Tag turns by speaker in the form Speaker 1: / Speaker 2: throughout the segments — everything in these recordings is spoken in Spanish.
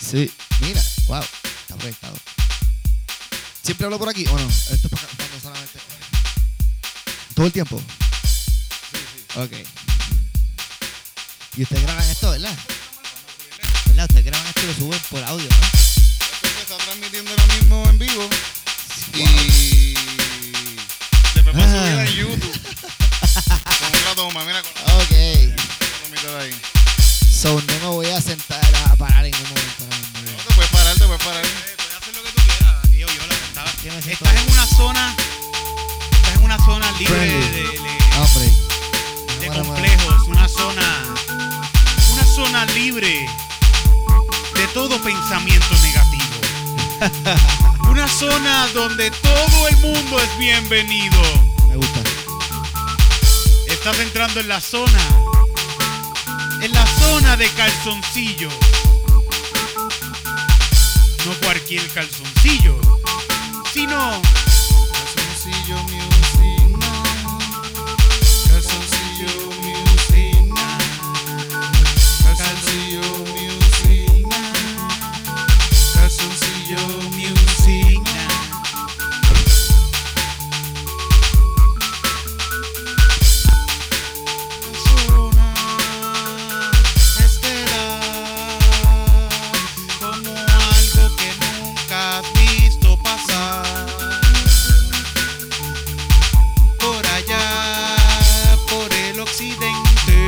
Speaker 1: Sí.
Speaker 2: Mira, wow, está proyectado. ¿Siempre hablo por aquí o no? Esto es para cuando solamente. ¿Todo el tiempo? Ok. Y ustedes graban esto, ¿verdad? ¿Verdad? Ustedes graban esto y lo suben por audio, ¿no?
Speaker 3: Esto se está transmitiendo ahora mismo en vivo. Y. Después va a subirla
Speaker 4: Ah.
Speaker 3: en YouTube. Como la toma, mira con
Speaker 2: Ok.
Speaker 3: la mitad ahí.
Speaker 2: So, no me voy a sentar a parar en un momento. ahora mismo.
Speaker 3: No te puedes parar, te puedes parar.
Speaker 4: Puedes hacer lo que tú quieras, Diego, yo la estaba-
Speaker 2: Yo me siento-
Speaker 4: Estás en una zona. Estás en una zona libre
Speaker 2: Friendly. Ah,
Speaker 4: de, de-
Speaker 2: Hombre.
Speaker 4: de
Speaker 2: Bueno, bueno,
Speaker 4: complejos, una zona. Una zona libre de todo pensamiento negativo. Una zona donde todo el mundo es bienvenido.
Speaker 2: Me gusta.
Speaker 4: Estás entrando en la zona. En la zona de calzoncillo. No cualquier calzoncillo, sino
Speaker 3: Calzoncillo Music Night. Calzoncillo Music Night. Calzoncillo Music Night. Calzoncillo Music Night. Zona estelar, como algo que nunca has visto pasar. Por allá, por el occidente.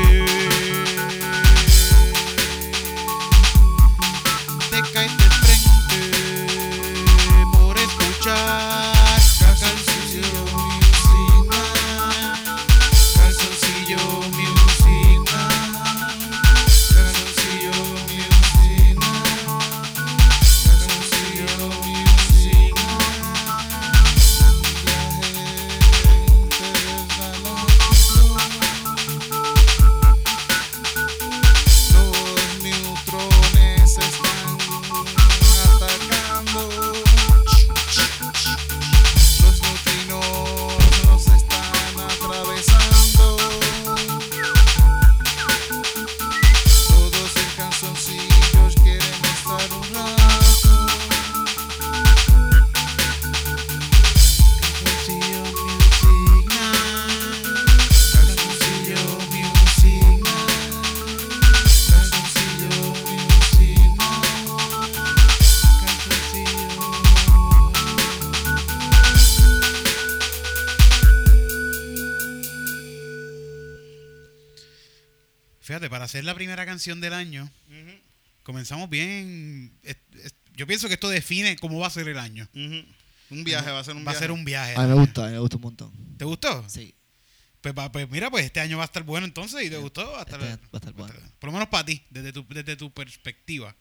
Speaker 3: Te caes de frente por escuchar Calzoncillo Music Night. Calzoncillo Music Night. Calzoncillo Music Night. Calzoncillo Music los neutrones están atacando. Los neutrinos nos están atravesando. Todos en canzoncillos quieren estar un rato. Calzoncillo Music Night. Calzoncillo Music Night. Calzoncillo Music Night. Calzoncillo.
Speaker 4: Fíjate, para hacer la primera canción del año, comenzamos bien. Es- es- Yo pienso que esto define cómo va a ser el año.
Speaker 3: Un viaje, va a ser un
Speaker 4: va a
Speaker 3: viaje.
Speaker 4: ser un viaje.
Speaker 2: A mí me gusta, me gusta un montón.
Speaker 4: ¿Te gustó?
Speaker 2: Sí.
Speaker 4: Pues, va- pues mira, pues este año va a estar bueno entonces y te gustó. Va a estar,
Speaker 2: Este va a estar bueno.
Speaker 4: Por lo menos para ti, desde tu, desde tu perspectiva.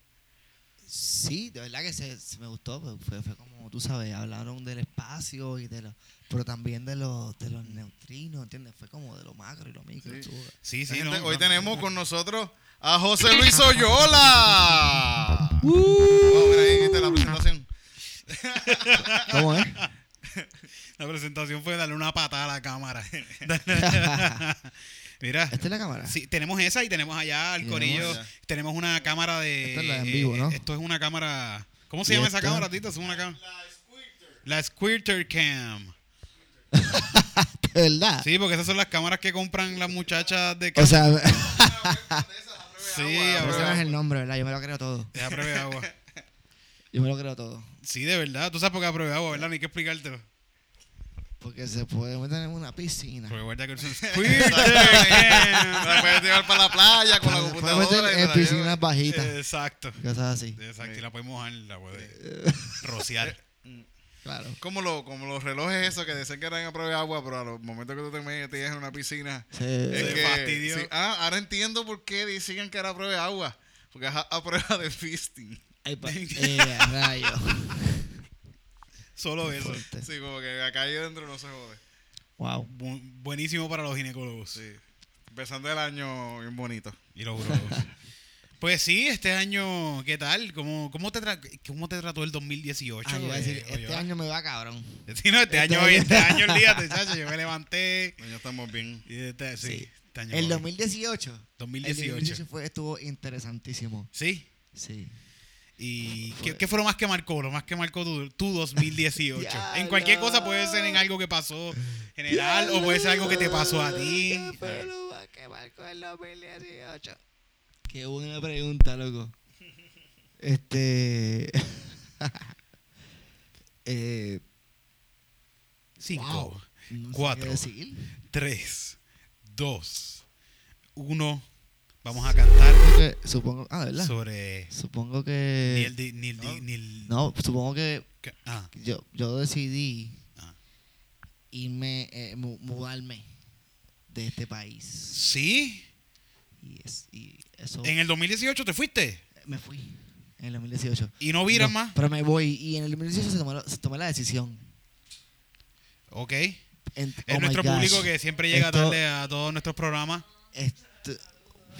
Speaker 2: Sí, de verdad que se, se me gustó. pues, Fue, fue como, tú sabes, hablaron del espacio y de los... Pero también de los, de los neutrinos, ¿entiendes? Fue como de lo macro y lo micro.
Speaker 3: Sí.
Speaker 2: estuvo-
Speaker 4: Sí, sí.
Speaker 3: Gente,
Speaker 4: no,
Speaker 3: Este, hoy
Speaker 4: no,
Speaker 3: tenemos
Speaker 4: no.
Speaker 3: con nosotros a José Luis Oyola.
Speaker 4: Uh.
Speaker 3: Vamos a ver ahí esta es la presentación.
Speaker 2: ¿Cómo es?
Speaker 4: La presentación fue darle una patada a la cámara. mira.
Speaker 2: ¿Esta es la cámara?
Speaker 4: Sí, tenemos esa y tenemos allá el
Speaker 2: Y
Speaker 4: corillo.
Speaker 3: tenemos allá.
Speaker 4: Tenemos una cámara de. eh,
Speaker 2: Esta es la de en vivo, ¿no?
Speaker 4: Esto es una cámara. ¿Cómo se
Speaker 2: ¿Y
Speaker 4: llama esa
Speaker 2: esta?
Speaker 4: cámara, Tito? Es una cámara. La Squirter Cam.
Speaker 2: ¿De verdad?
Speaker 4: Sí, porque esas son las cámaras que compran las muchachas de
Speaker 2: O sea,
Speaker 4: sí,
Speaker 2: pero ese no es
Speaker 4: ahora.
Speaker 2: el nombre, ¿verdad? Yo me lo creo todo.
Speaker 4: Deja pruebe agua.
Speaker 2: Yo me lo creo todo.
Speaker 4: Sí, de verdad. Tú sabes por qué pruebe agua, ¿verdad? Ni hay que explicártelo.
Speaker 2: Porque se puede meter en una piscina.
Speaker 4: Porque guarda que es un
Speaker 3: Exactamente.
Speaker 4: Squirter
Speaker 3: La puedes llevar para la playa con la
Speaker 2: Se puede
Speaker 3: computadora.
Speaker 2: meter
Speaker 3: y te
Speaker 2: en
Speaker 3: la
Speaker 2: piscinas
Speaker 3: llevas.
Speaker 2: bajitas.
Speaker 4: Cam. Exacto.
Speaker 2: Cosas así.
Speaker 4: Exacto. Y la puedes mojar, la puedes
Speaker 2: Eh.
Speaker 4: rociar.
Speaker 2: Claro.
Speaker 3: Como, lo- como los relojes esos que decían que eran a prueba de agua, pero a los momentos que tú te metías en una piscina.
Speaker 2: Se-
Speaker 3: es
Speaker 4: Se
Speaker 3: que-
Speaker 4: fastidió.
Speaker 3: sí. Ah, ahora entiendo por qué decían que era a prueba de agua. Porque es a, a prueba de fisting.
Speaker 2: Ay, pa- eh, rayo.
Speaker 4: Solo eso.
Speaker 2: Fuerte.
Speaker 3: Sí, como que acá ahí adentro no se jode.
Speaker 2: Wow.
Speaker 4: Bu- buenísimo para los ginecólogos.
Speaker 3: Sí. Empezando el año bien bonito.
Speaker 4: Y los urólogos. pues sí, este año, ¿qué tal? ¿Cómo, cómo, te, tra- cómo te trató el 2018?
Speaker 2: Ah, yo iba a
Speaker 4: eh,
Speaker 2: decir,
Speaker 4: Oyola?
Speaker 2: este año me va cabrón.
Speaker 4: Sí, no,
Speaker 2: este
Speaker 4: este, año,
Speaker 2: año-
Speaker 4: este año, olvídate, chacho, yo me levanté.
Speaker 3: Ya estamos bien.
Speaker 4: Y este, sí,
Speaker 2: Sí.
Speaker 4: este año,
Speaker 2: El
Speaker 4: cabrón.
Speaker 2: 2018.
Speaker 4: 2018.
Speaker 2: El 2018 fue, estuvo interesantísimo.
Speaker 4: Sí.
Speaker 2: Sí.
Speaker 4: ¿Y
Speaker 2: Fue-
Speaker 4: ¿qué, qué fue lo más que marcó? Lo más que marcó tu, tu 2018. en cualquier
Speaker 2: Diablo.
Speaker 4: cosa puede ser en algo que pasó general o puede ser algo que te pasó a ti. Ah.
Speaker 2: ¿Qué fue lo más que marcó el 2018? Qué buena pregunta, loco. Este. eh,
Speaker 4: Cinco,
Speaker 2: wow. No sé
Speaker 4: Cuatro.
Speaker 2: qué decir.
Speaker 4: tres, dos, uno. Vamos a cantar
Speaker 2: Supongo que- Supongo. Ah, ¿verdad?
Speaker 4: sobre
Speaker 2: Supongo que.
Speaker 4: Neil Di- Neil Di-
Speaker 3: no.
Speaker 4: Neil-
Speaker 2: Eh, No, supongo que
Speaker 4: ca- ah,
Speaker 2: yo, yo decidí
Speaker 4: Ah.
Speaker 2: irme, eh, mu- mudarme de este país.
Speaker 4: ¿Sí?
Speaker 2: Y, es- y eso
Speaker 4: En el 2018 te fuiste
Speaker 2: me fui en el 2018.
Speaker 4: y no viras
Speaker 2: No,
Speaker 4: más.
Speaker 2: Pero me voy y en el 2018 se tomó, la- se tomó la decisión.
Speaker 4: Ok.
Speaker 2: En- oh
Speaker 4: Es
Speaker 2: my
Speaker 4: nuestro
Speaker 2: gosh.
Speaker 4: público que siempre llega
Speaker 2: Esto-
Speaker 4: tarde a todos nuestros programas.
Speaker 2: Esto- este,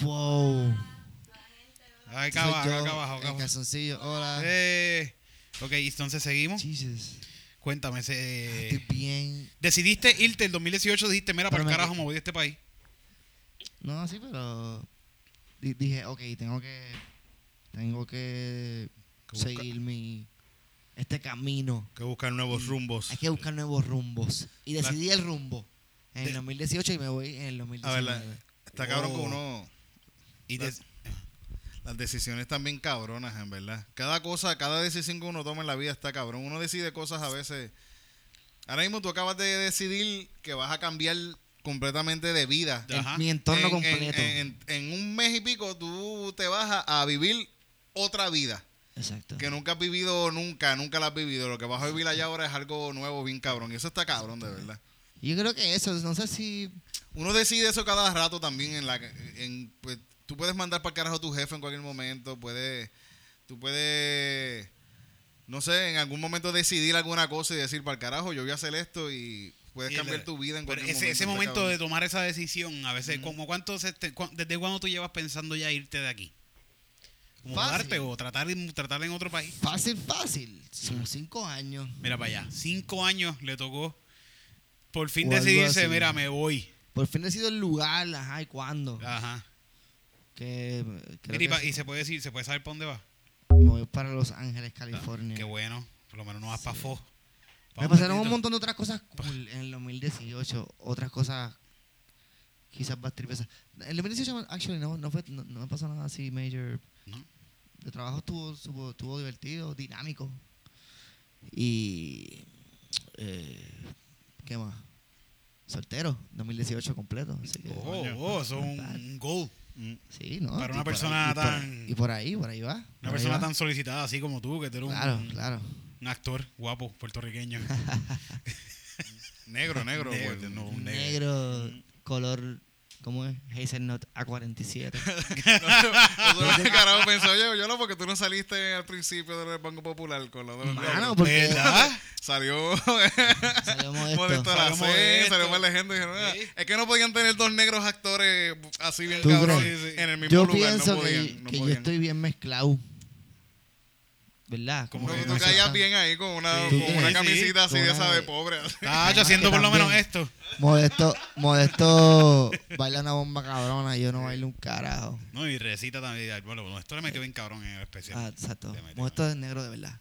Speaker 2: wow.
Speaker 4: Acá
Speaker 2: Soy
Speaker 4: abajo,
Speaker 2: yo
Speaker 4: acá abajo, acá
Speaker 2: En
Speaker 4: abajo.
Speaker 2: calzoncillo, hola.
Speaker 4: Eh, ok, entonces seguimos.
Speaker 2: Jesus.
Speaker 4: Cuéntame, se-
Speaker 2: Estoy bien.
Speaker 4: decidiste irte el 2018, dijiste, mira,
Speaker 2: Pero
Speaker 4: para el
Speaker 2: me-
Speaker 4: carajo me voy de este país.
Speaker 2: No, sí, pero di- dije, ok, tengo que tengo que
Speaker 3: Que busca-
Speaker 2: seguir mi este camino.
Speaker 3: Que buscan nuevos rumbos.
Speaker 2: Hay que buscar nuevos rumbos y
Speaker 4: La-
Speaker 2: decidí el rumbo en
Speaker 4: De-
Speaker 2: el 2018 y me voy en el
Speaker 3: A ver,
Speaker 2: 2019.
Speaker 3: la- está cabrón que
Speaker 4: Oh.
Speaker 3: uno.
Speaker 4: Y
Speaker 3: Las- Las decisiones están bien cabronas, en verdad. Cada cosa, cada decisión que uno toma en la vida está cabrón. Uno decide cosas a veces. Ahora mismo tú acabas de decidir que vas a cambiar completamente de vida.
Speaker 4: Ya. Ajá.
Speaker 2: En mi entorno
Speaker 3: En- en-
Speaker 2: completo.
Speaker 3: En, en un mes y pico tú te vas a, a vivir otra vida
Speaker 2: Exacto.
Speaker 3: que nunca has vivido nunca, nunca la has vivido. Lo que vas a vivir allá ahora es algo nuevo, bien cabrón. Y eso está cabrón, de verdad.
Speaker 2: Yo creo que eso, no sé si
Speaker 3: Uno decide eso cada rato también en la en, pues, tú puedes mandar para el carajo a tu jefe en cualquier momento, puedes tú puedes no sé, en algún momento decidir alguna cosa y decir para el carajo, yo voy a hacer esto y puedes
Speaker 4: y el-
Speaker 3: cambiar tu vida en
Speaker 4: pero
Speaker 3: cualquier
Speaker 4: ese, ese
Speaker 3: momento.
Speaker 4: momento
Speaker 3: está
Speaker 4: de tomar esa decisión, a veces, como cuánto se te- cua- ¿desde cuándo tú llevas pensando ya irte de aquí? Como
Speaker 2: Fácil.
Speaker 4: mudarte o tratar, tratar en otro país.
Speaker 2: fácil fácil, son cinco años.
Speaker 4: Mira para allá, cinco años le tocó por fin
Speaker 2: O algo
Speaker 4: decidirse,
Speaker 2: así.
Speaker 4: mira, me voy.
Speaker 2: Por fin decido el lugar, ajá, y cuándo.
Speaker 4: Ajá.
Speaker 2: Que, creo que
Speaker 4: Mira, y, pa-
Speaker 2: sí.
Speaker 4: y se puede decir, se puede saber para dónde va.
Speaker 2: me voy para Los Ángeles, California.
Speaker 4: Ah, Qué bueno, por lo menos no vas para Fo. Pa'
Speaker 2: Me pasaron un
Speaker 4: ratito.
Speaker 2: montón de otras cosas cool en el 2018. Otras cosas quizás más tripesas. En el 2018, actually, no, no, fue, no, no me pasó nada así major.
Speaker 4: No.
Speaker 2: El trabajo estuvo, estuvo, estuvo divertido, dinámico. Y... eh, ¿Qué más? Soltero, 2018 completo. así que-
Speaker 4: Oh, oh, eso es un- un goal.
Speaker 2: sí, ¿no?
Speaker 4: para una
Speaker 2: Y por
Speaker 4: persona
Speaker 2: ahí- y por-
Speaker 4: tan-
Speaker 2: Y por ahí, por ahí va. por
Speaker 4: Una
Speaker 2: ahí
Speaker 4: persona
Speaker 2: va.
Speaker 4: tan solicitada así como tú, que tú eres un-
Speaker 2: Claro,
Speaker 4: un,
Speaker 2: claro.
Speaker 4: un actor guapo puertorriqueño.
Speaker 3: Negro, negro,
Speaker 4: Negro,
Speaker 3: güey.
Speaker 4: no.
Speaker 2: pues, Un
Speaker 4: Un
Speaker 2: negro, color... ¿Cómo es? Hazelnut A47.
Speaker 3: Nosotros, carajo pensó, yo, yo no, porque tú no saliste al principio del Banco Popular con los dos.
Speaker 2: Mano, porque
Speaker 4: ¿Verdad?
Speaker 3: Salió
Speaker 2: salió
Speaker 3: molesto
Speaker 2: modesto.
Speaker 3: a la
Speaker 4: Salió
Speaker 3: C,
Speaker 4: molesto.
Speaker 3: salió para la gente. dijeron, "Ah,
Speaker 4: Sí.
Speaker 3: Es que no podían tener dos negros actores así bien
Speaker 2: ¿Tú
Speaker 3: cabrón
Speaker 4: crees? Sí, sí.
Speaker 3: en el mismo
Speaker 2: Yo
Speaker 3: lugar.
Speaker 2: pienso
Speaker 3: no
Speaker 2: que,
Speaker 3: podían. no
Speaker 2: que yo
Speaker 3: podían.
Speaker 2: estoy bien mezclado. ¿Verdad?
Speaker 4: Como
Speaker 3: No,
Speaker 4: que
Speaker 3: tú
Speaker 4: no
Speaker 2: se
Speaker 3: caías
Speaker 2: tan-
Speaker 3: bien ahí con una,
Speaker 2: Sí.
Speaker 3: con
Speaker 2: Sí,
Speaker 3: una
Speaker 4: sí.
Speaker 3: camisita así
Speaker 2: Con
Speaker 3: de
Speaker 2: una
Speaker 3: esa
Speaker 2: de-
Speaker 3: de pobre. así.
Speaker 4: Ah, yo haciendo por lo menos esto.
Speaker 2: Modesto, modesto baila una bomba cabrona. Yo no bailo un carajo.
Speaker 4: No, y recita también. Bueno, bueno, esto le metió bien cabrón en el especial.
Speaker 2: Ah, exacto.
Speaker 4: Te metí,
Speaker 2: Modesto es negro de verdad.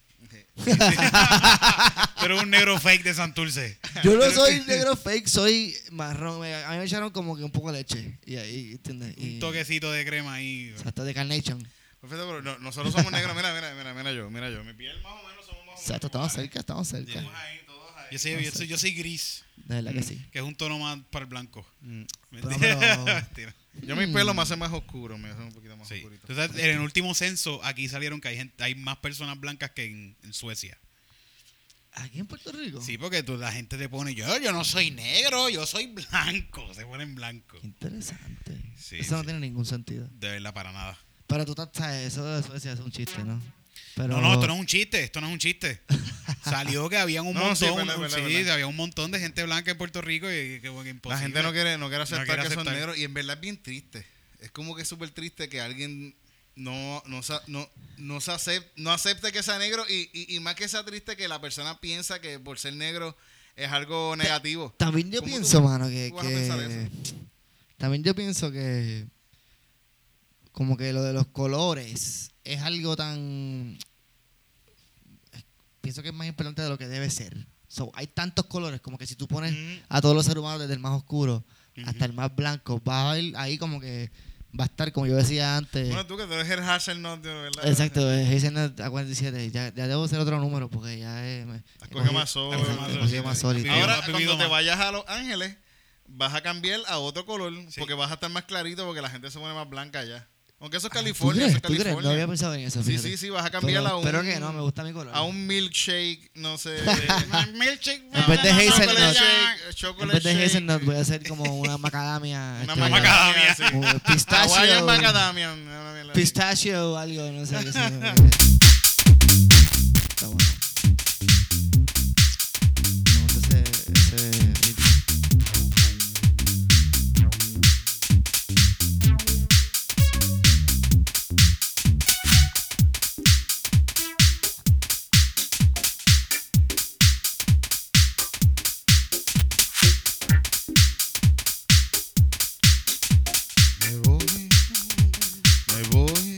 Speaker 4: Pero un negro fake de Santurce.
Speaker 2: Yo no soy negro fake, soy marrón. Me- A mí me echaron como que un poco de leche. Y ahí, ¿entiendes? Y,
Speaker 4: Un toquecito de crema ahí.
Speaker 2: Exacto, de Carnation.
Speaker 3: Pues fíjate, pero no- nosotros somos negros. Mira, mira, mira, mira yo, mira yo. Mi piel más o menos somos más o menos
Speaker 2: Exacto, estamos
Speaker 3: iguales.
Speaker 2: cerca, estamos cerca.
Speaker 3: Estamos ahí, todos ahí.
Speaker 4: Yo soy, yo soy, yo soy gris,
Speaker 2: De verdad que sí.
Speaker 4: que es un tono más para el blanco.
Speaker 2: pero-
Speaker 4: Mentira.
Speaker 3: Mm, Yo mi pelo me hace más oscuro, me hace un poquito más
Speaker 4: Sí.
Speaker 3: oscurito.
Speaker 4: Entonces, en el último censo, aquí salieron que hay, gente, hay más personas blancas que en, en Suecia.
Speaker 2: Aquí en Puerto Rico.
Speaker 4: Sí, porque tú, la gente te pone, yo, yo no soy negro, yo soy blanco. Se ponen blanco.
Speaker 2: Qué interesante.
Speaker 4: Sí,
Speaker 2: Eso no
Speaker 4: sí.
Speaker 2: tiene ningún sentido.
Speaker 4: De verdad, para nada.
Speaker 2: Pero tú estás, eso de Suecia es un chiste, ¿no? Pero,
Speaker 4: No, no, esto no es un chiste, esto no es un chiste. Salió que había un
Speaker 3: No,
Speaker 4: montón,
Speaker 3: sí, verdad, verdad,
Speaker 4: sí,
Speaker 3: verdad.
Speaker 4: había un montón de gente blanca en Puerto Rico y que bueno, que imposible.
Speaker 3: La gente no quiere, no quiere aceptar
Speaker 4: quiere
Speaker 3: que
Speaker 4: aceptar.
Speaker 3: son negros y en verdad es bien triste. Es como que es súper triste que alguien no, no, sa- no, no, se acep- no acepte que sea negro y, y- y más que sea triste que la persona piensa que por ser negro es algo negativo.
Speaker 2: También yo
Speaker 3: ¿Cómo
Speaker 2: pienso,
Speaker 3: tú-
Speaker 2: mano, que,
Speaker 3: tú vas a
Speaker 2: que-
Speaker 3: pensar
Speaker 2: También yo pienso que... como que lo de los colores es algo tan... Pienso que es más importante de lo que debe ser. So, hay tantos colores, como que si tú pones
Speaker 4: Mm,
Speaker 2: a todos los seres humanos desde el más oscuro
Speaker 4: Ujú.
Speaker 2: hasta el más blanco, va a haber ahí como que va a estar, como yo decía antes...
Speaker 3: Bueno, tú que tú eres el Hasher, no, tío, ¿verdad?
Speaker 2: Exacto, eh, Hazelnut a 47. Ya, ya debo ser otro número porque ya eh, me- he
Speaker 3: Coge
Speaker 2: cogido-
Speaker 3: más sol.
Speaker 2: Exacto,
Speaker 4: más
Speaker 2: he
Speaker 4: sol,
Speaker 2: cogido
Speaker 4: sí,
Speaker 2: más
Speaker 4: sí.
Speaker 2: sol y
Speaker 4: Sí,
Speaker 2: todo.
Speaker 3: Ahora,
Speaker 4: has bebido
Speaker 3: cuando te
Speaker 4: más.
Speaker 3: vayas a Los Ángeles, vas a cambiar a otro color
Speaker 4: Sí.
Speaker 3: porque vas a estar más clarito porque la gente se pone más blanca allá. Aunque eso es
Speaker 2: Ah, ¿Tú
Speaker 3: California,
Speaker 2: crees?
Speaker 3: eso
Speaker 2: ¿Tú
Speaker 3: es
Speaker 2: crees? No
Speaker 3: California.
Speaker 2: había pensado en eso.
Speaker 3: sí,
Speaker 2: fíjate.
Speaker 3: sí, sí, vas a cambiar
Speaker 2: pero,
Speaker 3: a un
Speaker 2: Pero que no, me gusta mi color.
Speaker 3: a un milkshake, no sé.
Speaker 4: Milkshake.
Speaker 2: En vez de
Speaker 4: no, no,
Speaker 2: Hazelnut.
Speaker 4: chocolate shake.
Speaker 3: Chocolate,
Speaker 2: en vez de
Speaker 3: shake,
Speaker 2: Hazelnut voy a hacer como una macadamia.
Speaker 3: Una
Speaker 2: este,
Speaker 4: macadamia.
Speaker 3: sí.
Speaker 2: como
Speaker 3: Hawaiian
Speaker 2: Pistachio.
Speaker 3: macadamia. una mierda así.
Speaker 2: Pistachio o algo, no sé. qué sé yo. Está bueno. Me gusta ese- ese ritmo.
Speaker 3: Me voy, me voy,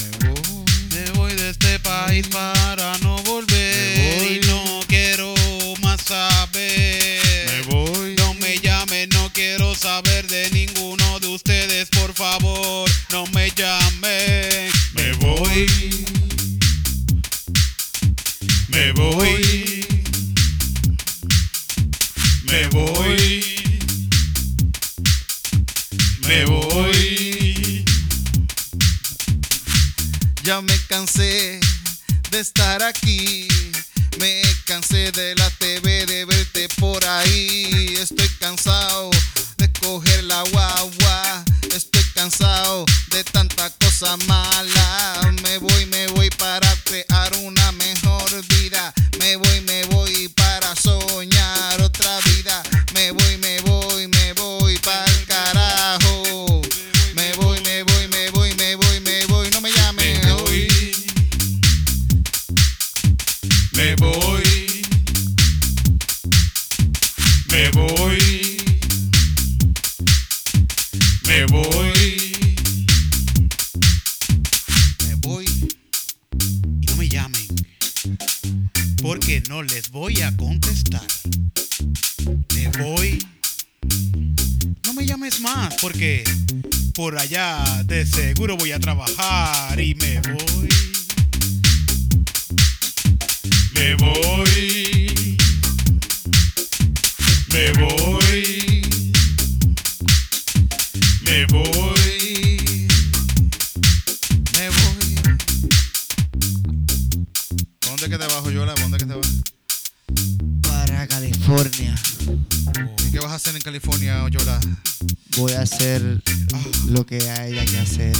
Speaker 3: me voy.
Speaker 4: Me voy de este país para no volver.
Speaker 3: Me voy.
Speaker 4: Y no quiero más saber.
Speaker 3: Me voy.
Speaker 4: No me llamen, no quiero saber de ninguno de ustedes, por favor. No me llamen.
Speaker 3: Me voy. Me voy. Me voy. Me voy. Ya me cansé de estar aquí. Me cansé de la TV, de verte por ahí. Estoy cansado de coger la guagua. Estoy cansado de tanta cosa mala. Me voy, me voy para crear una mejor vida. Me voy, me voy para soñar otra vida. Me voy, me voy, me voy para el carajo. Me voy, me voy, me voy, me voy, me voy. No me llames.
Speaker 4: Me voy.
Speaker 3: Me voy. Me voy. Me voy.
Speaker 4: Me voy. Y no me llamen. Porque no les voy a contestar. Me voy. No me llames más porque por allá de seguro voy a trabajar y me voy.
Speaker 3: Me voy. Me voy. Me voy. Me voy. ¿Dónde que te bajo, Yola? ¿Dónde que te bajo?
Speaker 2: Para California
Speaker 3: ¿Y qué vas a hacer en California, Yola?
Speaker 2: voy a hacer
Speaker 3: Ah.
Speaker 2: lo que haya que hacer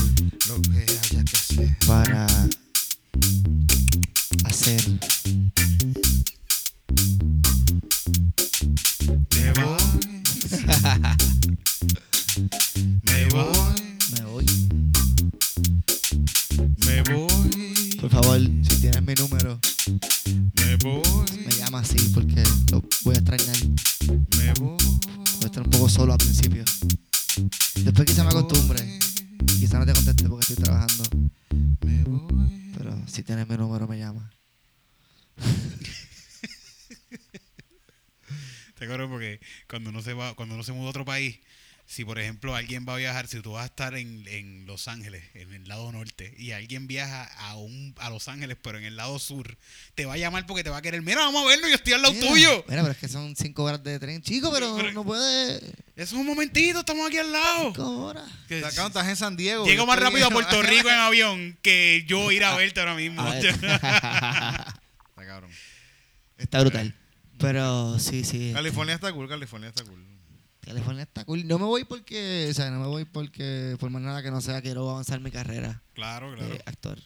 Speaker 3: Lo que haya que hacer.
Speaker 2: para hacer.
Speaker 3: Me voy. Me voy.
Speaker 2: Me voy.
Speaker 3: Me voy.
Speaker 2: Por favor, si tienes mi número,
Speaker 3: Me voy.
Speaker 2: me llama así porque lo voy a extrañar.
Speaker 3: Me voy.
Speaker 2: Voy a estar un poco solo al principio. Después quizá me acostumbre. Quizá no te conteste porque estoy trabajando.
Speaker 3: Me voy.
Speaker 2: Pero si tienes mi número, me llama.
Speaker 4: Te acuerdo porque cuando uno se va, cuando uno se muda a otro país, si por ejemplo alguien va a viajar, si tú vas a estar en, en Los Ángeles, en el lado norte, y alguien viaja a un a Los Ángeles, pero en el lado sur, te va a llamar porque te va a querer, mira, vamos a vernos, yo estoy al lado
Speaker 2: Mira,
Speaker 4: tuyo.
Speaker 2: Mira, pero es que son 5 horas de tren. Chico, pero,
Speaker 4: Pero-
Speaker 2: no puede.
Speaker 4: Eso es un momentito, estamos aquí al lado.
Speaker 2: 5 horas.
Speaker 4: Que-
Speaker 3: Te acabo, estás en San Diego.
Speaker 4: Llego
Speaker 3: Yo
Speaker 4: más
Speaker 3: estoy
Speaker 4: rápido a
Speaker 3: en-
Speaker 4: Puerto Rico en avión que yo ir a verte ahora mismo.
Speaker 2: A ver.
Speaker 3: Está cabrón.
Speaker 2: Está brutal. Pero sí, sí.
Speaker 3: California está cool, California está cool.
Speaker 2: California está cool. No me voy porque, o sea, no me voy porque por más nada que no sea quiero avanzar mi carrera
Speaker 4: Claro,
Speaker 2: de
Speaker 4: claro.
Speaker 2: actor.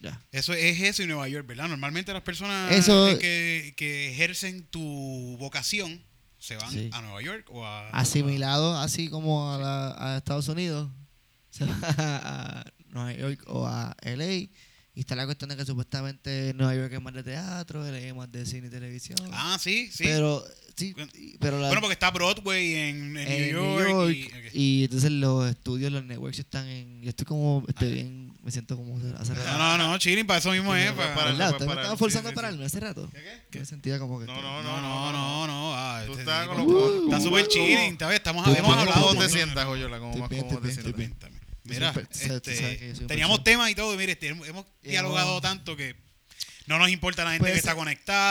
Speaker 2: Ya.
Speaker 4: Eso es eso y Nueva York, ¿verdad? Normalmente las personas
Speaker 2: Eso-
Speaker 4: eh, que, que ejercen tu vocación se van
Speaker 2: Sí.
Speaker 4: a Nueva York o a...
Speaker 2: Asimilado así como a, la- a Estados Unidos, se va a Nueva York o a LA Y está la cuestión de que supuestamente Nueva York es más de teatro, LA es más de cine y televisión.
Speaker 4: Ah, sí, sí.
Speaker 2: Pero, sí, y- pero la,
Speaker 4: bueno, porque está Broadway en, en
Speaker 2: en
Speaker 4: New York. y- ok.
Speaker 2: y entonces los estudios, los networks están en... Yo estoy como, estoy bien, me siento como hace
Speaker 4: No,
Speaker 2: rato.
Speaker 4: no, no, chilling, para eso mismo es.
Speaker 3: no,
Speaker 4: para-
Speaker 3: para-
Speaker 2: ¿Verdad?
Speaker 3: para-
Speaker 2: Ustedes me
Speaker 3: para-
Speaker 2: estaban forzando
Speaker 3: sí,
Speaker 2: a
Speaker 3: sí,
Speaker 2: pararme hace rato.
Speaker 3: qué?
Speaker 2: Yo me sentía como que...
Speaker 3: No,
Speaker 2: estaba-
Speaker 3: no,
Speaker 4: No, no, no, no. ah,
Speaker 3: Tú
Speaker 4: este-
Speaker 3: estás con los
Speaker 4: Está súper chilling, está bien, estamos
Speaker 2: Tú-
Speaker 3: ¿Cómo,
Speaker 4: hemos
Speaker 2: tú-
Speaker 4: hablado.
Speaker 3: te
Speaker 4: mucho.
Speaker 3: sientas, Oyola? ¿Cómo
Speaker 2: Estoy
Speaker 3: más
Speaker 2: bien,
Speaker 3: cómo
Speaker 2: estoy
Speaker 3: te
Speaker 2: bien,
Speaker 4: Estoy
Speaker 3: sientas?
Speaker 4: bien, también. Mira,
Speaker 2: Tú sabes- tú sabes que yo
Speaker 4: este,
Speaker 2: soy un
Speaker 4: teníamos
Speaker 2: persona.
Speaker 4: temas y todo, mire, este, hemos hemos dialogado tanto que no nos importa la gente
Speaker 2: Pues
Speaker 4: que
Speaker 2: ese-
Speaker 4: está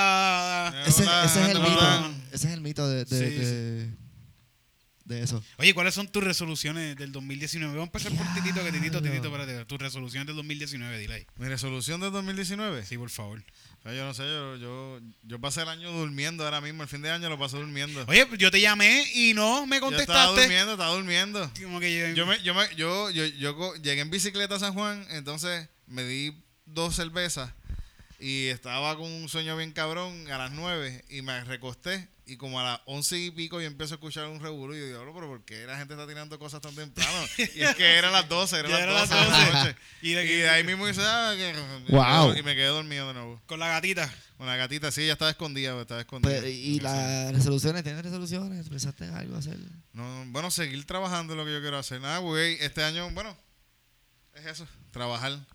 Speaker 4: conectada.
Speaker 2: Ese,
Speaker 3: Hola,
Speaker 2: ese es el
Speaker 3: hola.
Speaker 2: mito. Ese es el mito de, de,
Speaker 4: Sí,
Speaker 2: de, de eso.
Speaker 4: Oye, ¿cuáles son tus resoluciones del 2019? Vamos a empezar por Titito, que Titito, Titito,
Speaker 2: Diablo.
Speaker 4: espérate. Tus resoluciones del 2019, dile ahí.
Speaker 3: Mi resolución de 2019.
Speaker 4: Sí, por favor.
Speaker 3: Ay, Yo no sé, yo, yo, yo pasé el año durmiendo ahora mismo. El fin de año lo pasé durmiendo.
Speaker 4: Oye, pues, yo te llamé y no me
Speaker 3: yo estaba
Speaker 4: contestaste.
Speaker 3: durmiendo, estaba durmiendo.
Speaker 4: Como que yo,
Speaker 3: Yo, me, yo, me- yo, yo, yo co- llegué en bicicleta a San Juan, entonces me di dos cervezas y estaba con un sueño bien cabrón a las nueve y me recosté y como a las once y pico yo empiezo a escuchar un revuelo y yo digo, "Diablo, pero ¿por qué la gente está tirando cosas tan temprano? Y es que eran las doce, eran
Speaker 4: Ya era
Speaker 3: las
Speaker 4: las
Speaker 3: doce de la
Speaker 4: 12.
Speaker 3: noche.
Speaker 4: Y
Speaker 3: Y
Speaker 4: de-
Speaker 3: de ahí mismo dice, "Ah, que-"
Speaker 2: Wow.
Speaker 3: y me quedé dormido de nuevo.
Speaker 4: con la gatita.
Speaker 3: Con la gatita, sí, ella estaba escondida, pero estaba escondida.
Speaker 2: Pues, y las resoluciones, ¿tienes resoluciones? ¿Pensaste en algo hacer?
Speaker 3: No, bueno, seguir trabajando es lo que yo quiero hacer. Nada, güey, este año, bueno, es eso, trabajar.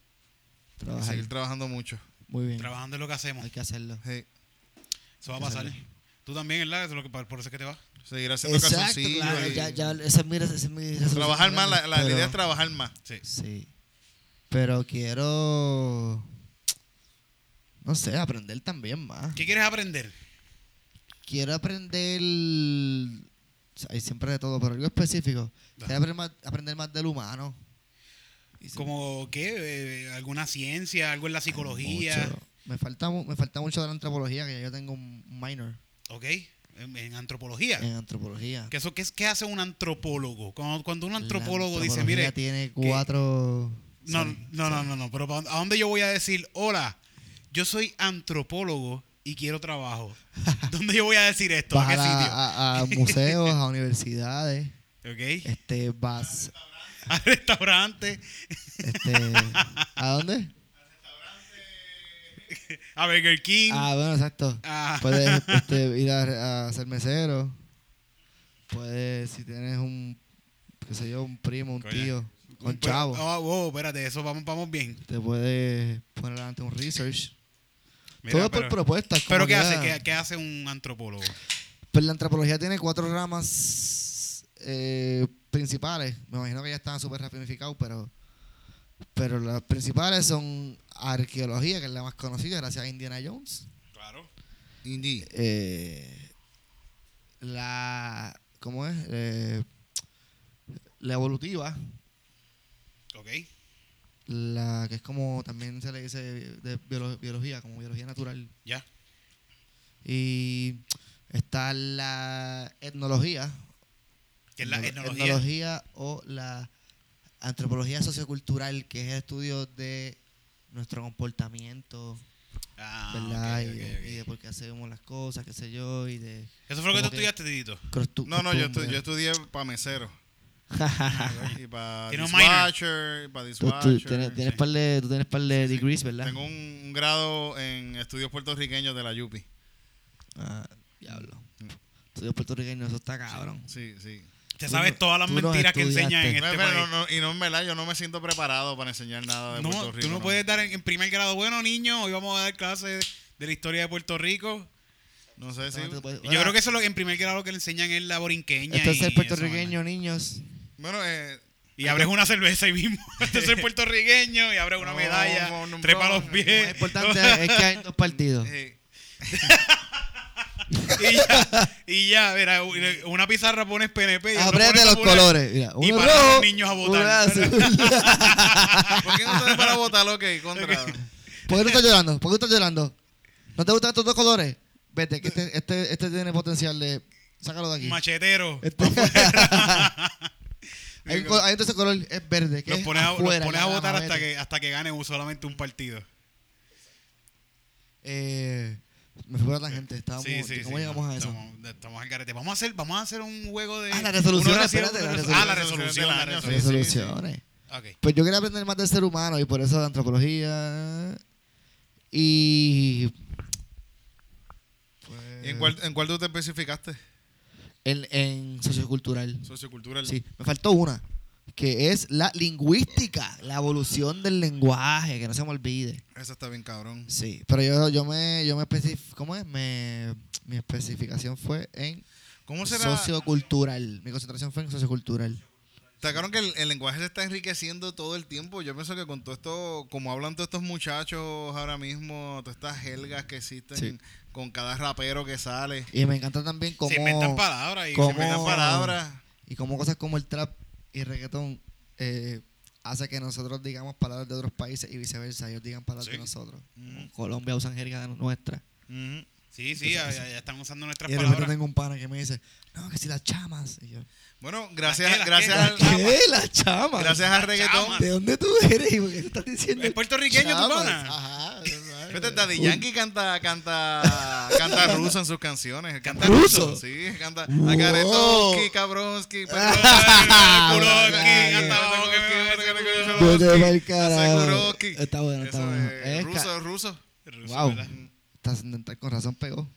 Speaker 2: Trabajar.
Speaker 3: Seguir trabajando mucho.
Speaker 2: Muy bien.
Speaker 4: Trabajando en lo que hacemos.
Speaker 2: Hay que hacerlo.
Speaker 3: Sí.
Speaker 4: Eso va a pasar. Tú también, ¿verdad? Eso es lo que, por eso es que te va.
Speaker 3: Seguir haciendo
Speaker 2: Exacto,
Speaker 3: calzoncillos
Speaker 2: claro.
Speaker 3: y-
Speaker 2: Ya, ya, esa es mi, esa es mi resolución
Speaker 3: Trabajar más,
Speaker 2: grande,
Speaker 3: la, la- la
Speaker 2: pero-
Speaker 3: idea es trabajar más.
Speaker 4: Sí.
Speaker 2: Sí. Pero quiero. No sé, aprender también más.
Speaker 4: ¿Qué quieres aprender?
Speaker 2: Quiero aprender. o sea, Hay siempre de todo, pero algo específico. Quiero aprender más, aprender más del humano. Y sí,
Speaker 4: ¿Como qué? Eh, ¿Alguna ciencia? ¿Algo en la psicología?
Speaker 2: mucho. Me falta, mu- me falta mucho de la antropología, que ya yo tengo un minor
Speaker 4: ¿Ok? En, en antropología.
Speaker 2: en antropología.
Speaker 4: ¿Qué, eso, qué, es- qué hace un antropólogo? Cuando, cuando un
Speaker 2: La
Speaker 4: antropólogo dice,
Speaker 2: antropología
Speaker 4: mire,
Speaker 2: tiene cuatro.
Speaker 4: no,
Speaker 2: sí,
Speaker 4: no, no, no, no, pero ¿pa- ¿a dónde yo voy a decir, hola, yo soy antropólogo y quiero trabajo? ¿Dónde yo voy a decir esto?
Speaker 2: Vas a, la-
Speaker 4: ¿A
Speaker 2: a- a museos, a universidades.
Speaker 4: qué sitio? ¿Ok?
Speaker 2: Este, vas.
Speaker 4: ¿Al restaurante?
Speaker 2: Este, ¿A dónde?
Speaker 4: ¿A Burger King?
Speaker 2: Ah, bueno, exacto.
Speaker 4: Ah.
Speaker 2: Puedes este, ir a, a ser mesero. Puedes, si tienes un, qué sé yo, un primo, un
Speaker 4: Coño.
Speaker 2: tío,
Speaker 4: Un
Speaker 2: un
Speaker 4: pro-
Speaker 2: chavo,
Speaker 4: Ah, wow, espérate, eso vamos, vamos bien.
Speaker 2: te puedes poner ante un research.
Speaker 4: Mira,
Speaker 2: Todo
Speaker 4: pero,
Speaker 2: por propuestas.
Speaker 4: pero
Speaker 2: como
Speaker 4: ¿qué hace?
Speaker 2: quiera.
Speaker 4: ¿Qué, qué hace un antropólogo?
Speaker 2: Pues la antropología tiene cuatro ramas eh, principales. Me imagino que ya están súper ramificados, pero, pero las principales son arqueología, que es la más conocida gracias a Indiana Jones.
Speaker 4: Claro.
Speaker 3: Indy.
Speaker 2: eh, la ¿cómo es? Eh, la evolutiva,
Speaker 4: ¿Ok?
Speaker 2: la que es como también se le dice de biolo- biología, como biología natural.
Speaker 4: Ya.
Speaker 2: Y está la etnología.
Speaker 4: ¿Qué es la
Speaker 2: etno-
Speaker 4: etnología?
Speaker 2: o la antropología sociocultural, que es el estudio de nuestro comportamiento,
Speaker 4: Ah,
Speaker 2: ¿verdad?
Speaker 4: ok,
Speaker 2: Y, de,
Speaker 4: ok, ok.
Speaker 2: y de por qué hacemos las cosas, qué sé yo, y de...
Speaker 4: Eso fue lo que tú
Speaker 2: como que-
Speaker 4: estudiaste, Titito.
Speaker 2: costu-
Speaker 3: No, no, yo, estu-
Speaker 2: costumbres.
Speaker 3: yo estudié para mesero. y para
Speaker 4: Tiene un minor.
Speaker 3: dispatcher, y para
Speaker 2: Tú, tú
Speaker 3: dispatcher.
Speaker 2: tienes, tienes
Speaker 4: eh, sí.
Speaker 2: par de, tú tienes par de degrees, ¿verdad?
Speaker 3: Tengo un, un grado en estudios puertorriqueños de la Yupi.
Speaker 2: Ah, diablo.
Speaker 4: Mm.
Speaker 2: Estudios puertorriqueños, eso está cabrón.
Speaker 3: Sí, sí.
Speaker 4: Te
Speaker 2: Tú
Speaker 4: sabes
Speaker 2: no-
Speaker 4: todas las
Speaker 2: tú no
Speaker 4: mentiras que enseñan en
Speaker 2: estudiaste.
Speaker 4: este
Speaker 3: Pero- pero
Speaker 4: país.
Speaker 3: no- no, y no en verdad, yo no me siento preparado para enseñar nada de
Speaker 4: No,
Speaker 3: Puerto Rico.
Speaker 4: tú no puedes dar en, en primer grado, bueno, niño, hoy vamos a dar clases de la historia de Puerto Rico.
Speaker 3: No sé si.
Speaker 2: No, tú puedes-
Speaker 4: Y yo creo que eso es lo que en primer grado lo que le enseñan es la borinqueña.
Speaker 2: Esto es
Speaker 4: y
Speaker 2: ser
Speaker 4: esa
Speaker 2: puertorriqueño, niños.
Speaker 3: Bueno, eh,
Speaker 4: vaina. Y abres una cerveza ahí mismo. Esto es ser puertorriqueño y abres una
Speaker 3: No,
Speaker 4: medalla,
Speaker 3: no, no,
Speaker 4: trepa
Speaker 3: no,
Speaker 4: los
Speaker 3: no,
Speaker 4: pies.
Speaker 2: Lo más importante es que hay dos partidos.
Speaker 3: eh,
Speaker 4: y ya, y ya, mira, una pizarra pones PNP y otra
Speaker 2: Ah, Aprende
Speaker 4: pones
Speaker 2: los
Speaker 4: popular.
Speaker 2: colores. Mira,
Speaker 4: Y
Speaker 2: uno
Speaker 4: para los
Speaker 2: rojo,
Speaker 4: niños a votar.
Speaker 2: uno azul.
Speaker 3: ah, ¿Por qué no te para votar? Ok, contra.
Speaker 2: ¿Por qué no estás llorando? ¿Por qué estás llorando? ¿No te gustan estos dos colores? Vete, que este, este, este tiene potencial de... Sácalo de aquí.
Speaker 4: Machetero.
Speaker 2: Este- hay, un, co- hay un tercer color, es verde. Que
Speaker 4: Los
Speaker 2: es
Speaker 4: pones a, los
Speaker 2: afuera,
Speaker 4: pones a
Speaker 2: nada más,
Speaker 4: votar hasta
Speaker 2: vete.
Speaker 4: que, hasta que gane un- solamente un partido.
Speaker 2: Eh, me fue a la gente. Estábamos,
Speaker 4: Sí, sí,
Speaker 2: ¿Cómo
Speaker 4: sí,
Speaker 2: llegamos a eso?
Speaker 4: Estamos, estamos al garete. Vamos a hacer, vamos a hacer un juego de.
Speaker 2: Ah, la resolución,
Speaker 4: uno recibe,
Speaker 2: espérate, la
Speaker 4: otro recibe. Ah, la
Speaker 3: resolución.
Speaker 4: resolución. La
Speaker 3: Resolución
Speaker 4: resolución.
Speaker 3: del año,
Speaker 2: Resoluciones.
Speaker 4: Ok.
Speaker 2: Pues yo quería aprender más del ser humano y por eso de antropología, Y.
Speaker 3: ¿Y en, cuál, ¿En cuál tú te especificaste?
Speaker 2: En, en sociocultural.
Speaker 3: Sociocultura.
Speaker 2: Sí, me faltó una, que es la lingüística, la evolución del lenguaje, que no se me olvide.
Speaker 3: Esa está bien cabrón.
Speaker 2: Sí, pero yo, yo me, yo me especif- ¿cómo es? Me- mi especificación fue en
Speaker 3: ¿Cómo será?
Speaker 2: sociocultural. Mi concentración fue en sociocultural.
Speaker 3: ¿Te acuerdas que el, el lenguaje se está enriqueciendo todo el tiempo? Yo pienso que con todo esto, como hablan todos estos muchachos ahora mismo, todas estas helgas que existen
Speaker 2: Sí.
Speaker 3: con cada rapero que sale,
Speaker 2: Y me encanta también cómo...
Speaker 4: Se inventan palabras y
Speaker 2: cómo-
Speaker 3: se inventan palabras.
Speaker 2: Y como cosas como el trap y reggaetón eh, hace que nosotros digamos palabras de otros países y viceversa, ellos digan palabras
Speaker 4: Sí.
Speaker 2: de nosotros.
Speaker 3: Ujú,
Speaker 2: Colombia usan jerga de nuestra.
Speaker 3: ujú.
Speaker 4: Sí, sí, ya, ya- ya están usando nuestras
Speaker 2: Y de repente
Speaker 4: palabras.
Speaker 2: tengo un pana que me dice, no, que si las chamas. Y yo,
Speaker 3: Bueno, gracias,
Speaker 4: ¿Las qué, las
Speaker 3: gracias, al-
Speaker 4: qué, las qué?
Speaker 2: ¿qué? Las chamas.
Speaker 3: gracias al reggaetón.
Speaker 4: chamas?
Speaker 2: ¿De dónde tú eres? ¿Y por qué estás diciendo?
Speaker 4: Es puertorriqueño tu
Speaker 2: chamas?
Speaker 4: pana.
Speaker 2: Ajá.
Speaker 3: Fíjate, Daddy Yankee canta, canta, canta ruso en sus canciones. Canta
Speaker 2: ¿Ruso?
Speaker 3: Sí, canta.
Speaker 2: Wow.
Speaker 3: Akaretowski, Kabronski,
Speaker 4: Ah, Kuroki,
Speaker 2: Ah,
Speaker 4: hasta abajo que me-
Speaker 2: Yo te voy al carajo.
Speaker 3: Kuroki.
Speaker 2: Está bueno, está
Speaker 3: Eso
Speaker 2: bueno.
Speaker 3: de
Speaker 2: Es ca-
Speaker 3: Ruso, ruso.
Speaker 4: Ruso,
Speaker 2: Wow.
Speaker 4: ¿verdad?
Speaker 2: Trascendental, con razón pegó.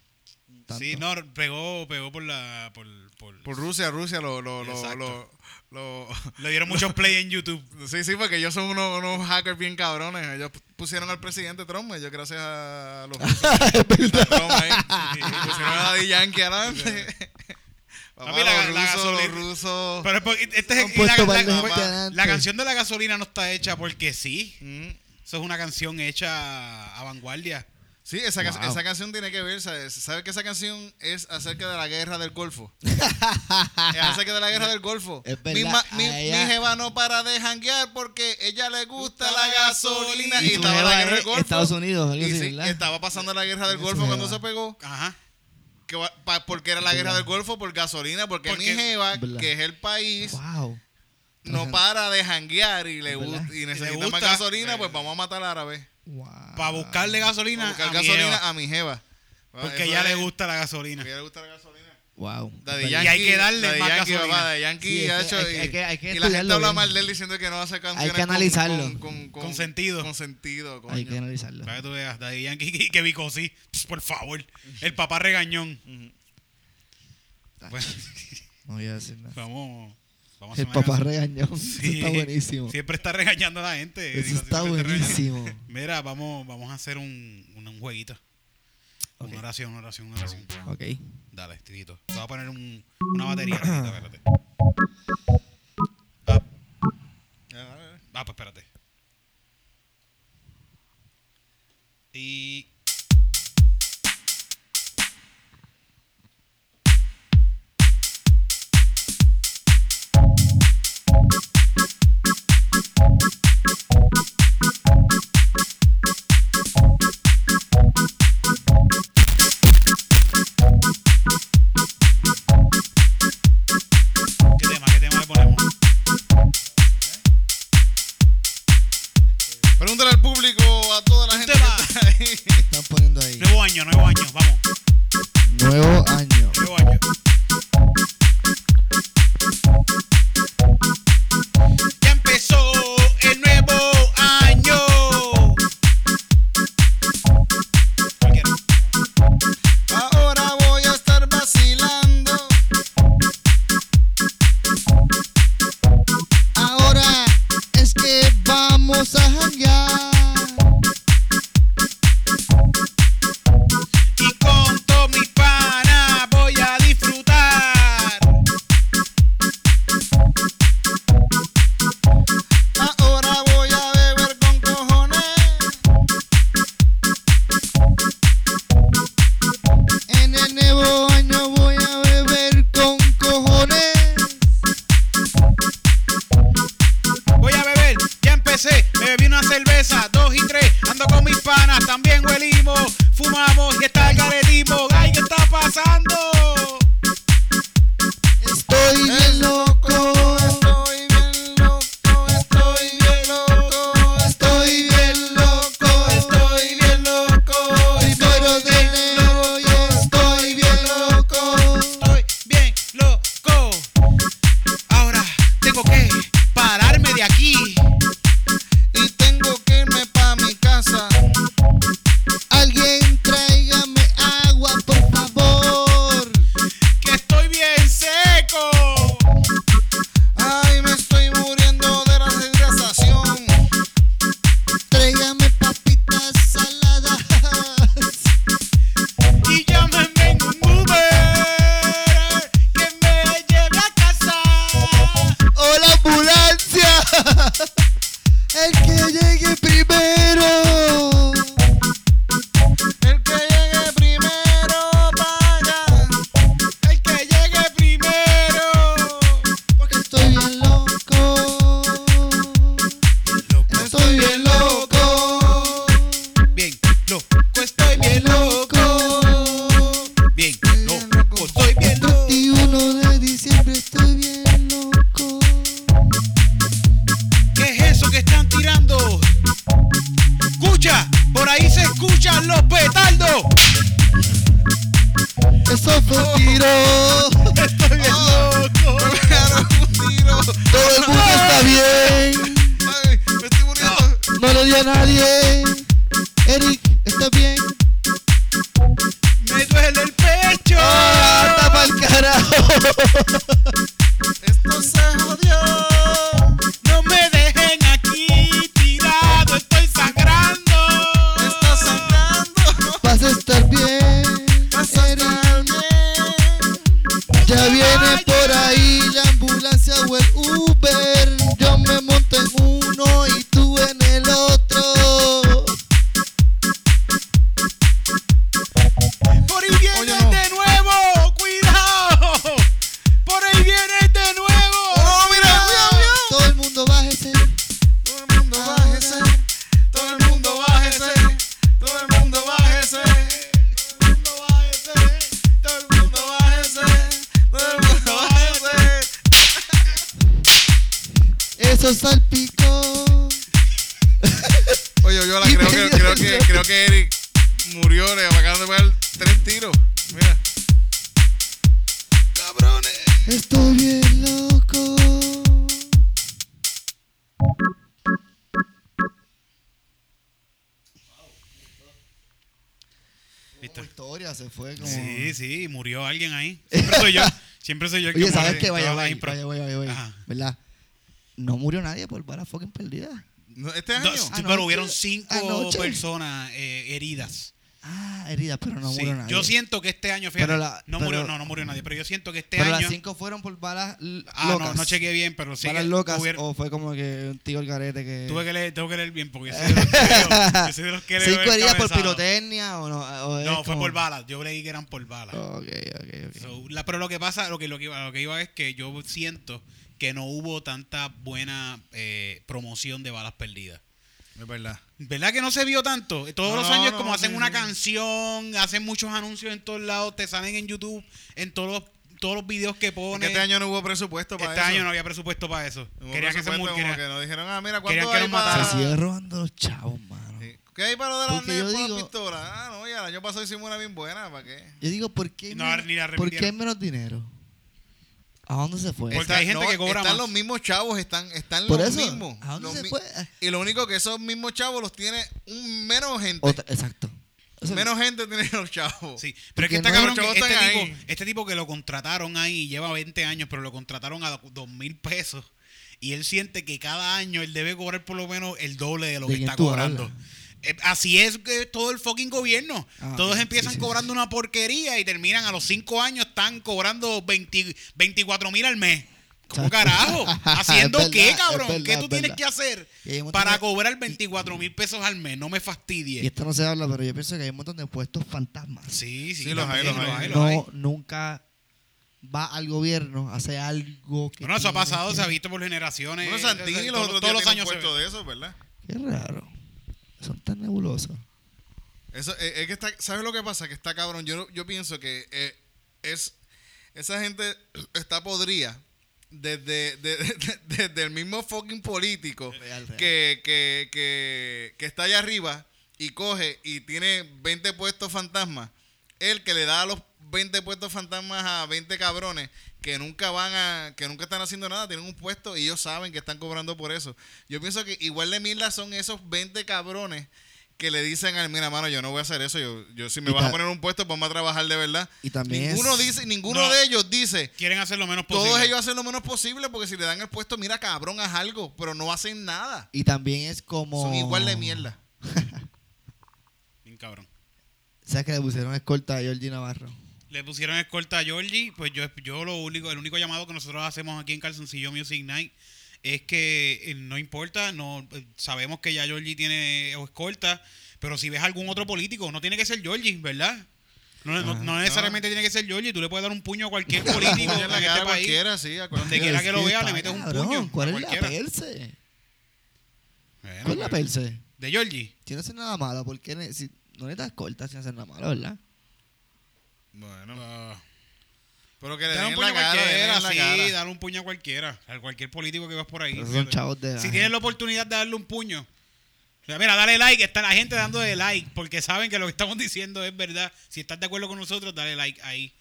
Speaker 2: Tanto.
Speaker 4: Sí, no, pegó, pegó por la. Por, por-
Speaker 3: Por Rusia, Rusia lo, lo, lo,
Speaker 4: Exacto.
Speaker 3: lo, lo-
Speaker 4: Le dieron muchos play en YouTube.
Speaker 3: Sí, sí, porque ellos son unos, unos hackers bien cabrones. Ellos pusieron al presidente Trump, ellos gracias a los rusos. a Trump
Speaker 4: eh.
Speaker 3: ahí. Y pusieron a Daddy Yankee adelante. Papá,
Speaker 4: Papi, la-
Speaker 3: los
Speaker 4: la
Speaker 3: rusos, los
Speaker 4: gasolina-
Speaker 3: rusos.
Speaker 4: Pero es porque- este es-
Speaker 2: Han
Speaker 4: y la,
Speaker 2: puesto
Speaker 4: la-
Speaker 2: para el
Speaker 4: la-
Speaker 2: norte.
Speaker 4: la canción de la gasolina no está hecha porque sí.
Speaker 3: Mm.
Speaker 4: Eso es una canción hecha a vanguardia.
Speaker 3: Sí, esa, ca-
Speaker 2: Wow.
Speaker 3: esa canción tiene que ver, ¿sabes? ¿Sabes que esa canción es acerca de la guerra del Golfo? es acerca de la guerra del Golfo.
Speaker 2: Es
Speaker 3: mi,
Speaker 2: verdad,
Speaker 3: ma- mi,
Speaker 2: a ella-
Speaker 3: mi jeva no para de janguear porque ella le gusta la gasolina.
Speaker 2: Y
Speaker 3: Y,
Speaker 2: su
Speaker 3: estaba
Speaker 2: jeva
Speaker 3: la guerra
Speaker 2: es
Speaker 3: del Golfo.
Speaker 2: Estados Unidos, algo
Speaker 3: Y
Speaker 2: así,
Speaker 3: sí,
Speaker 2: ¿verdad?
Speaker 3: estaba pasando la guerra del
Speaker 2: Y su
Speaker 3: Golfo cuando
Speaker 2: jeva.
Speaker 3: se pegó.
Speaker 4: Ajá.
Speaker 3: Que va- pa- porque era la guerra del Golfo, por gasolina, porque,
Speaker 4: Porque-
Speaker 3: mi jeva,
Speaker 2: ¿Verdad?
Speaker 3: que es el país,
Speaker 2: Wow.
Speaker 3: no para de janguear y le
Speaker 2: ¿Verdad?
Speaker 3: gusta y necesita
Speaker 4: gusta.
Speaker 3: más gasolina,
Speaker 4: Eh.
Speaker 3: pues vamos a matar árabes.
Speaker 2: wow.
Speaker 4: Para buscarle gasolina.
Speaker 3: Vamos a Ah, buscar
Speaker 4: a mi jeva,
Speaker 3: gasolina a mi jeva.
Speaker 4: porque
Speaker 3: Eso
Speaker 4: ya le
Speaker 3: es-
Speaker 4: gusta la gasolina.
Speaker 3: porque a ella le gusta la gasolina.
Speaker 2: Wow.
Speaker 3: Daddy
Speaker 2: Verdad.
Speaker 3: Yankee,
Speaker 4: hay que darle
Speaker 3: Daddy
Speaker 4: más
Speaker 3: Yankee,
Speaker 4: gasolina.
Speaker 3: papá, Daddy Yankee
Speaker 2: Sí, es
Speaker 3: ha
Speaker 2: que
Speaker 3: hecho
Speaker 2: hay-
Speaker 3: y-
Speaker 2: hay que- hay que
Speaker 3: y la gente
Speaker 2: estudiarlo
Speaker 3: habla
Speaker 2: bien.
Speaker 3: mal de él diciendo que no hace canciones
Speaker 2: que analizarlo.
Speaker 3: con, con, con,
Speaker 4: Con sentido.
Speaker 3: con sentido coño.
Speaker 2: Hay que analizarlo.
Speaker 4: Para que tú veas, Daddy Yankee que- que Vico sí. Pss, Por favor. El papá regañón. Bueno,
Speaker 2: No voy a decir nada.
Speaker 4: vamos. vamos a
Speaker 2: El
Speaker 4: hacer una
Speaker 2: papá
Speaker 4: canción.
Speaker 2: regañó. Eso
Speaker 4: Sí.
Speaker 2: está buenísimo.
Speaker 4: Siempre está regañando a la gente.
Speaker 2: Eso
Speaker 4: Digo,
Speaker 2: está
Speaker 4: siempre te regaña.
Speaker 2: buenísimo.
Speaker 4: Mira, vamos, vamos a hacer un, un, un jueguito.
Speaker 2: Ok.
Speaker 4: Una oración, una oración, una oración.
Speaker 2: Ok.
Speaker 4: Dale, Titito. Te voy a poner un, una batería. Titito, espérate.
Speaker 3: Ah,
Speaker 4: Ah, pues espérate. Y. ¿Qué tema? ¿Qué tema le ponemos?
Speaker 3: pregúntale al público a toda la gente
Speaker 4: tema.
Speaker 3: que está ahí.
Speaker 2: Están poniendo ahí.
Speaker 4: Nuevo año, nuevo año, vamos.
Speaker 2: Nuevo año.
Speaker 4: Nuevo año. Ya empezó el nuevo año. Cualquiera.
Speaker 3: ahora voy a estar vacilando
Speaker 2: Ahora es que vamos a janguear.
Speaker 4: Y con todo mi pana voy a disfrutar.
Speaker 3: ahora voy a beber con cojones
Speaker 2: En el nuevo año voy a beber con cojones.
Speaker 4: Voy a beber, ya empecé. Me bebí una cerveza, dos y tres. Ando con mis panas, también huelimos. Fumamos y está el garetismo. Ay, ¿qué está pasando?
Speaker 2: Estoy bien loco.
Speaker 3: estoy bien loco estoy bien loco
Speaker 2: Estoy bien loco.
Speaker 3: estoy bien loco
Speaker 2: Primero de enero y estoy bien loco.
Speaker 4: Estoy bien loco. Ahora tengo que pararme de aquí.
Speaker 3: y tengo que irme pa mi casa
Speaker 4: ahí se escuchan los petardos.
Speaker 2: Eso fue un tiro.
Speaker 4: Estoy bien loco.
Speaker 3: Me pegaron un tiro.
Speaker 2: Todo el mundo está bien.
Speaker 3: Ay, me estoy muriendo.
Speaker 2: No le dio a nadie. Eric, ¿estás bien?
Speaker 4: Me duele el pecho.
Speaker 2: ¡Ah, está pa'l carajo!
Speaker 3: Esto se jodió.
Speaker 4: No me dejen aquí tirado, estoy sangrando.
Speaker 3: Está sangrando.
Speaker 2: Vas a estar bien.
Speaker 3: Vas a
Speaker 2: Eric.
Speaker 3: estar bien.
Speaker 2: Ya viene por ahí la ambulancia o el Uber. Yo me monto en uno y tú en el otro.
Speaker 4: Por ahí viene
Speaker 3: Oye, no.
Speaker 4: de nuevo, cuidado. Por ahí viene de nuevo.
Speaker 3: Oh, mira, mira, mira.
Speaker 2: Todo el mundo bájese.
Speaker 3: Todo el mundo bájese, todo el mundo bájese, todo el mundo bájese, todo el mundo bájese, todo el mundo bájese, todo el mundo bájese.
Speaker 2: Eso salpicó.
Speaker 3: Oye, yo la creo que, creo que, creo que Eric murió, le acaban de pegar tres tiros. Mira. Cabrones.
Speaker 2: Estoy bien loco.
Speaker 4: Listo.
Speaker 2: Historia se fue como.
Speaker 4: Sí, sí, murió alguien ahí. Siempre soy yo. Siempre soy yo el que
Speaker 2: Oye, ¿sabes
Speaker 4: muere
Speaker 2: qué?
Speaker 4: en
Speaker 2: Vaya,
Speaker 4: todas las
Speaker 2: vaya,
Speaker 4: impro.
Speaker 2: vaya, vaya, vaya, vaya.
Speaker 4: Ajá.
Speaker 2: ¿Verdad? No murió nadie por bala fucking perdida.
Speaker 3: No, Este año.
Speaker 4: Dos-
Speaker 2: Anoche-
Speaker 4: pero hubieron cinco
Speaker 2: anoche.
Speaker 4: personas eh, heridas.
Speaker 2: Ah, herida, pero no
Speaker 4: Sí.
Speaker 2: murió nadie.
Speaker 4: Yo siento que este año, fíjate,
Speaker 2: Pero la-
Speaker 4: no
Speaker 2: pero-
Speaker 4: murió, no, no murió nadie, pero yo siento que este
Speaker 2: Pero
Speaker 4: año.
Speaker 2: las cinco fueron por balas l-
Speaker 4: ah,
Speaker 2: locas.
Speaker 4: no, no chequeé bien, pero sí.
Speaker 2: balas
Speaker 4: que
Speaker 2: locas
Speaker 4: hubieron-
Speaker 2: o fue como que un tío el garete que.
Speaker 4: Tuve que leer, tengo que leer bien porque yo soy de los que leo- yo soy de los que leo el
Speaker 2: cinco heridas por
Speaker 4: cabezado.
Speaker 2: pirotecnia o no. o es
Speaker 4: No, fue
Speaker 2: como-
Speaker 4: por balas. Yo leí que eran por balas.
Speaker 2: Ok, ok, ok.
Speaker 4: So, la- pero lo que pasa, lo que, lo, que iba, lo que iba es que yo siento que no hubo tanta buena eh, promoción de balas perdidas.
Speaker 3: Es verdad.
Speaker 4: ¿Verdad que no se vio tanto? Todos los
Speaker 3: No,
Speaker 4: años
Speaker 3: no,
Speaker 4: como hacen
Speaker 3: sí,
Speaker 4: una
Speaker 3: sí.
Speaker 4: canción, hacen muchos anuncios en todos lados, te salen en YouTube, en todos los, todos los videos que
Speaker 3: Es
Speaker 4: ponen.
Speaker 3: que este año no hubo presupuesto para
Speaker 4: Este
Speaker 3: eso.
Speaker 4: año no había presupuesto para eso.
Speaker 3: No hubo
Speaker 4: Querían que se
Speaker 3: presupuesto,
Speaker 4: mur-
Speaker 3: como
Speaker 4: querían-
Speaker 3: que nos dijeron, ah, mira,
Speaker 4: querían
Speaker 3: ¿cuánto
Speaker 4: que
Speaker 3: hay
Speaker 4: nos
Speaker 3: para...?
Speaker 4: mataran.
Speaker 2: Se sigue robando los chavos, mano.
Speaker 3: Sí. ¿Qué hay para lo de las
Speaker 2: Porque yo
Speaker 3: nenas con las
Speaker 2: digo-
Speaker 3: pistolas? Ah, no, ya el año pasado hicimos una bien buena, ¿para qué?
Speaker 2: Yo digo, ¿por qué,
Speaker 4: No,
Speaker 2: menos-
Speaker 4: ni la
Speaker 2: ¿por qué
Speaker 4: revendieron.
Speaker 2: menos dinero? ¿A dónde se fue?
Speaker 4: Porque
Speaker 3: Está-
Speaker 4: hay gente que cobra
Speaker 3: Están
Speaker 4: más.
Speaker 3: los mismos chavos, están, están
Speaker 2: Por
Speaker 3: los
Speaker 2: eso,
Speaker 3: mismos.
Speaker 2: ¿a dónde
Speaker 3: los
Speaker 2: se
Speaker 3: mi-
Speaker 2: fue? Ah,
Speaker 3: Y lo único que esos mismos chavos los tiene un menos gente.
Speaker 2: Otra- exacto. Eso-
Speaker 3: menos gente tienen los chavos.
Speaker 4: Sí, pero es que
Speaker 2: Porque
Speaker 4: está
Speaker 2: no,
Speaker 4: cabrón
Speaker 3: los
Speaker 4: que
Speaker 3: chavos
Speaker 4: este
Speaker 3: están
Speaker 4: tipo,
Speaker 3: ahí.
Speaker 4: este tipo que lo contrataron ahí lleva 20 años, pero lo contrataron a dos mil pesos. Y él siente que cada año él debe cobrar por lo menos el doble de lo
Speaker 2: ¿De
Speaker 4: que
Speaker 2: quién
Speaker 4: está
Speaker 2: tú
Speaker 4: cobrando.
Speaker 2: hablas?
Speaker 4: Eh, Así es que todo el fucking gobierno.
Speaker 2: Ah,
Speaker 4: Todos
Speaker 2: sí,
Speaker 4: empiezan
Speaker 2: sí, sí,
Speaker 4: cobrando una porquería y terminan a los 5 años están cobrando 20 24 mil al mes. ¿Cómo
Speaker 2: Chacho.
Speaker 4: carajo? ¿Haciendo
Speaker 2: Es
Speaker 4: qué,
Speaker 2: verdad,
Speaker 4: cabrón?
Speaker 2: es
Speaker 4: ¿Qué
Speaker 2: verdad,
Speaker 4: tú
Speaker 2: es
Speaker 4: tienes
Speaker 2: verdad.
Speaker 4: que hacer
Speaker 2: Y hay un montón
Speaker 4: para
Speaker 2: de-
Speaker 4: cobrar 24 mil pesos al mes? No me fastidies.
Speaker 2: Y esto no se habla, pero yo pienso que hay un montón de puestos fantasmas.
Speaker 4: Sí, sí,
Speaker 3: Sí, los hay,
Speaker 4: también,
Speaker 3: los hay,
Speaker 4: hay.
Speaker 2: no, nunca va al gobierno, hace algo que.
Speaker 4: Bueno, eso ha
Speaker 2: tiene
Speaker 4: pasado,
Speaker 2: que-
Speaker 4: se ha visto por generaciones.
Speaker 3: Bueno, Santini los
Speaker 4: Eh, todos-
Speaker 3: otros
Speaker 4: todos
Speaker 3: días
Speaker 4: los
Speaker 3: tiene un
Speaker 4: años se
Speaker 3: puesto
Speaker 4: ve.
Speaker 3: de eso, ¿verdad?
Speaker 2: Qué raro. Son tan nebulosos.
Speaker 3: Eso, eh, es, es que está, ¿sabes lo que pasa? Que está cabrón. Yo, yo pienso que eh, es esa gente está podrida desde, de- de- desde el mismo fucking político
Speaker 2: Real, real.
Speaker 3: Que, que, que, que está allá arriba y coge y tiene 20 puestos fantasmas. El que le da a los 20 puestos fantasmas a 20 cabrones que nunca van a, que nunca están haciendo nada, tienen un puesto y ellos saben que están cobrando por eso. Yo pienso que igual de mierda son esos 20 cabrones que le dicen al mira mano yo no voy a hacer eso yo, yo si me
Speaker 2: Y
Speaker 3: vas a
Speaker 2: ta-
Speaker 3: poner un puesto vamos a trabajar de verdad
Speaker 2: Y también es-
Speaker 3: ninguno dice ninguno
Speaker 4: No.
Speaker 3: de ellos dice
Speaker 4: Quieren hacer lo menos posible.
Speaker 3: todos ellos hacen lo menos posible porque si le dan el puesto mira cabrón haz algo pero no hacen nada
Speaker 2: Y también es como.
Speaker 3: son igual de mierda
Speaker 4: Bien cabrón.
Speaker 2: ¿Sabes que le pusieron escolta a Georgie Navarro?
Speaker 4: Le pusieron escolta a Georgie, pues yo, yo lo único, el único llamado que nosotros hacemos aquí en Calzoncillo Music Night es que eh, no importa, no eh, sabemos que ya Georgie tiene escolta, pero si ves algún otro político, no tiene que ser Georgie, ¿verdad? No, no-
Speaker 2: Ajá.
Speaker 4: no necesariamente tiene que ser Georgie, tú le puedes dar un puño a cualquier político
Speaker 3: Puño
Speaker 4: en
Speaker 3: en la
Speaker 4: este
Speaker 3: cara a
Speaker 4: país.
Speaker 3: cualquiera sí a
Speaker 4: Donde
Speaker 3: cualquiera.
Speaker 4: quiera que lo
Speaker 2: Es
Speaker 4: vea, le
Speaker 2: está
Speaker 4: metes un
Speaker 2: cabrón.
Speaker 4: puño.
Speaker 2: ¿Cuál
Speaker 4: a
Speaker 2: es la
Speaker 4: cualquiera.
Speaker 2: perse?
Speaker 4: Bueno,
Speaker 2: ¿Cuál es la
Speaker 4: pero-
Speaker 2: perse?
Speaker 4: De Georgie.
Speaker 2: Si no haces nada malo, ¿por qué ne- si no necesitas corta sin hacer nada malo, verdad?
Speaker 3: bueno
Speaker 4: Ah.
Speaker 3: pero que le
Speaker 4: Dar
Speaker 3: den
Speaker 4: un
Speaker 3: en
Speaker 4: puño a
Speaker 3: la cara le den
Speaker 4: cualquiera,
Speaker 3: en la
Speaker 4: sí,
Speaker 3: cara.
Speaker 4: dar un puño a cualquiera, a cualquier político que vas por ahí.
Speaker 2: Esos son chavos de la
Speaker 4: si tienes
Speaker 2: gente.
Speaker 4: la oportunidad de darle un puño, O sea, Mira, dale like, está la gente dando de like porque saben que lo que estamos diciendo es verdad. Si estás de acuerdo con nosotros, dale like ahí.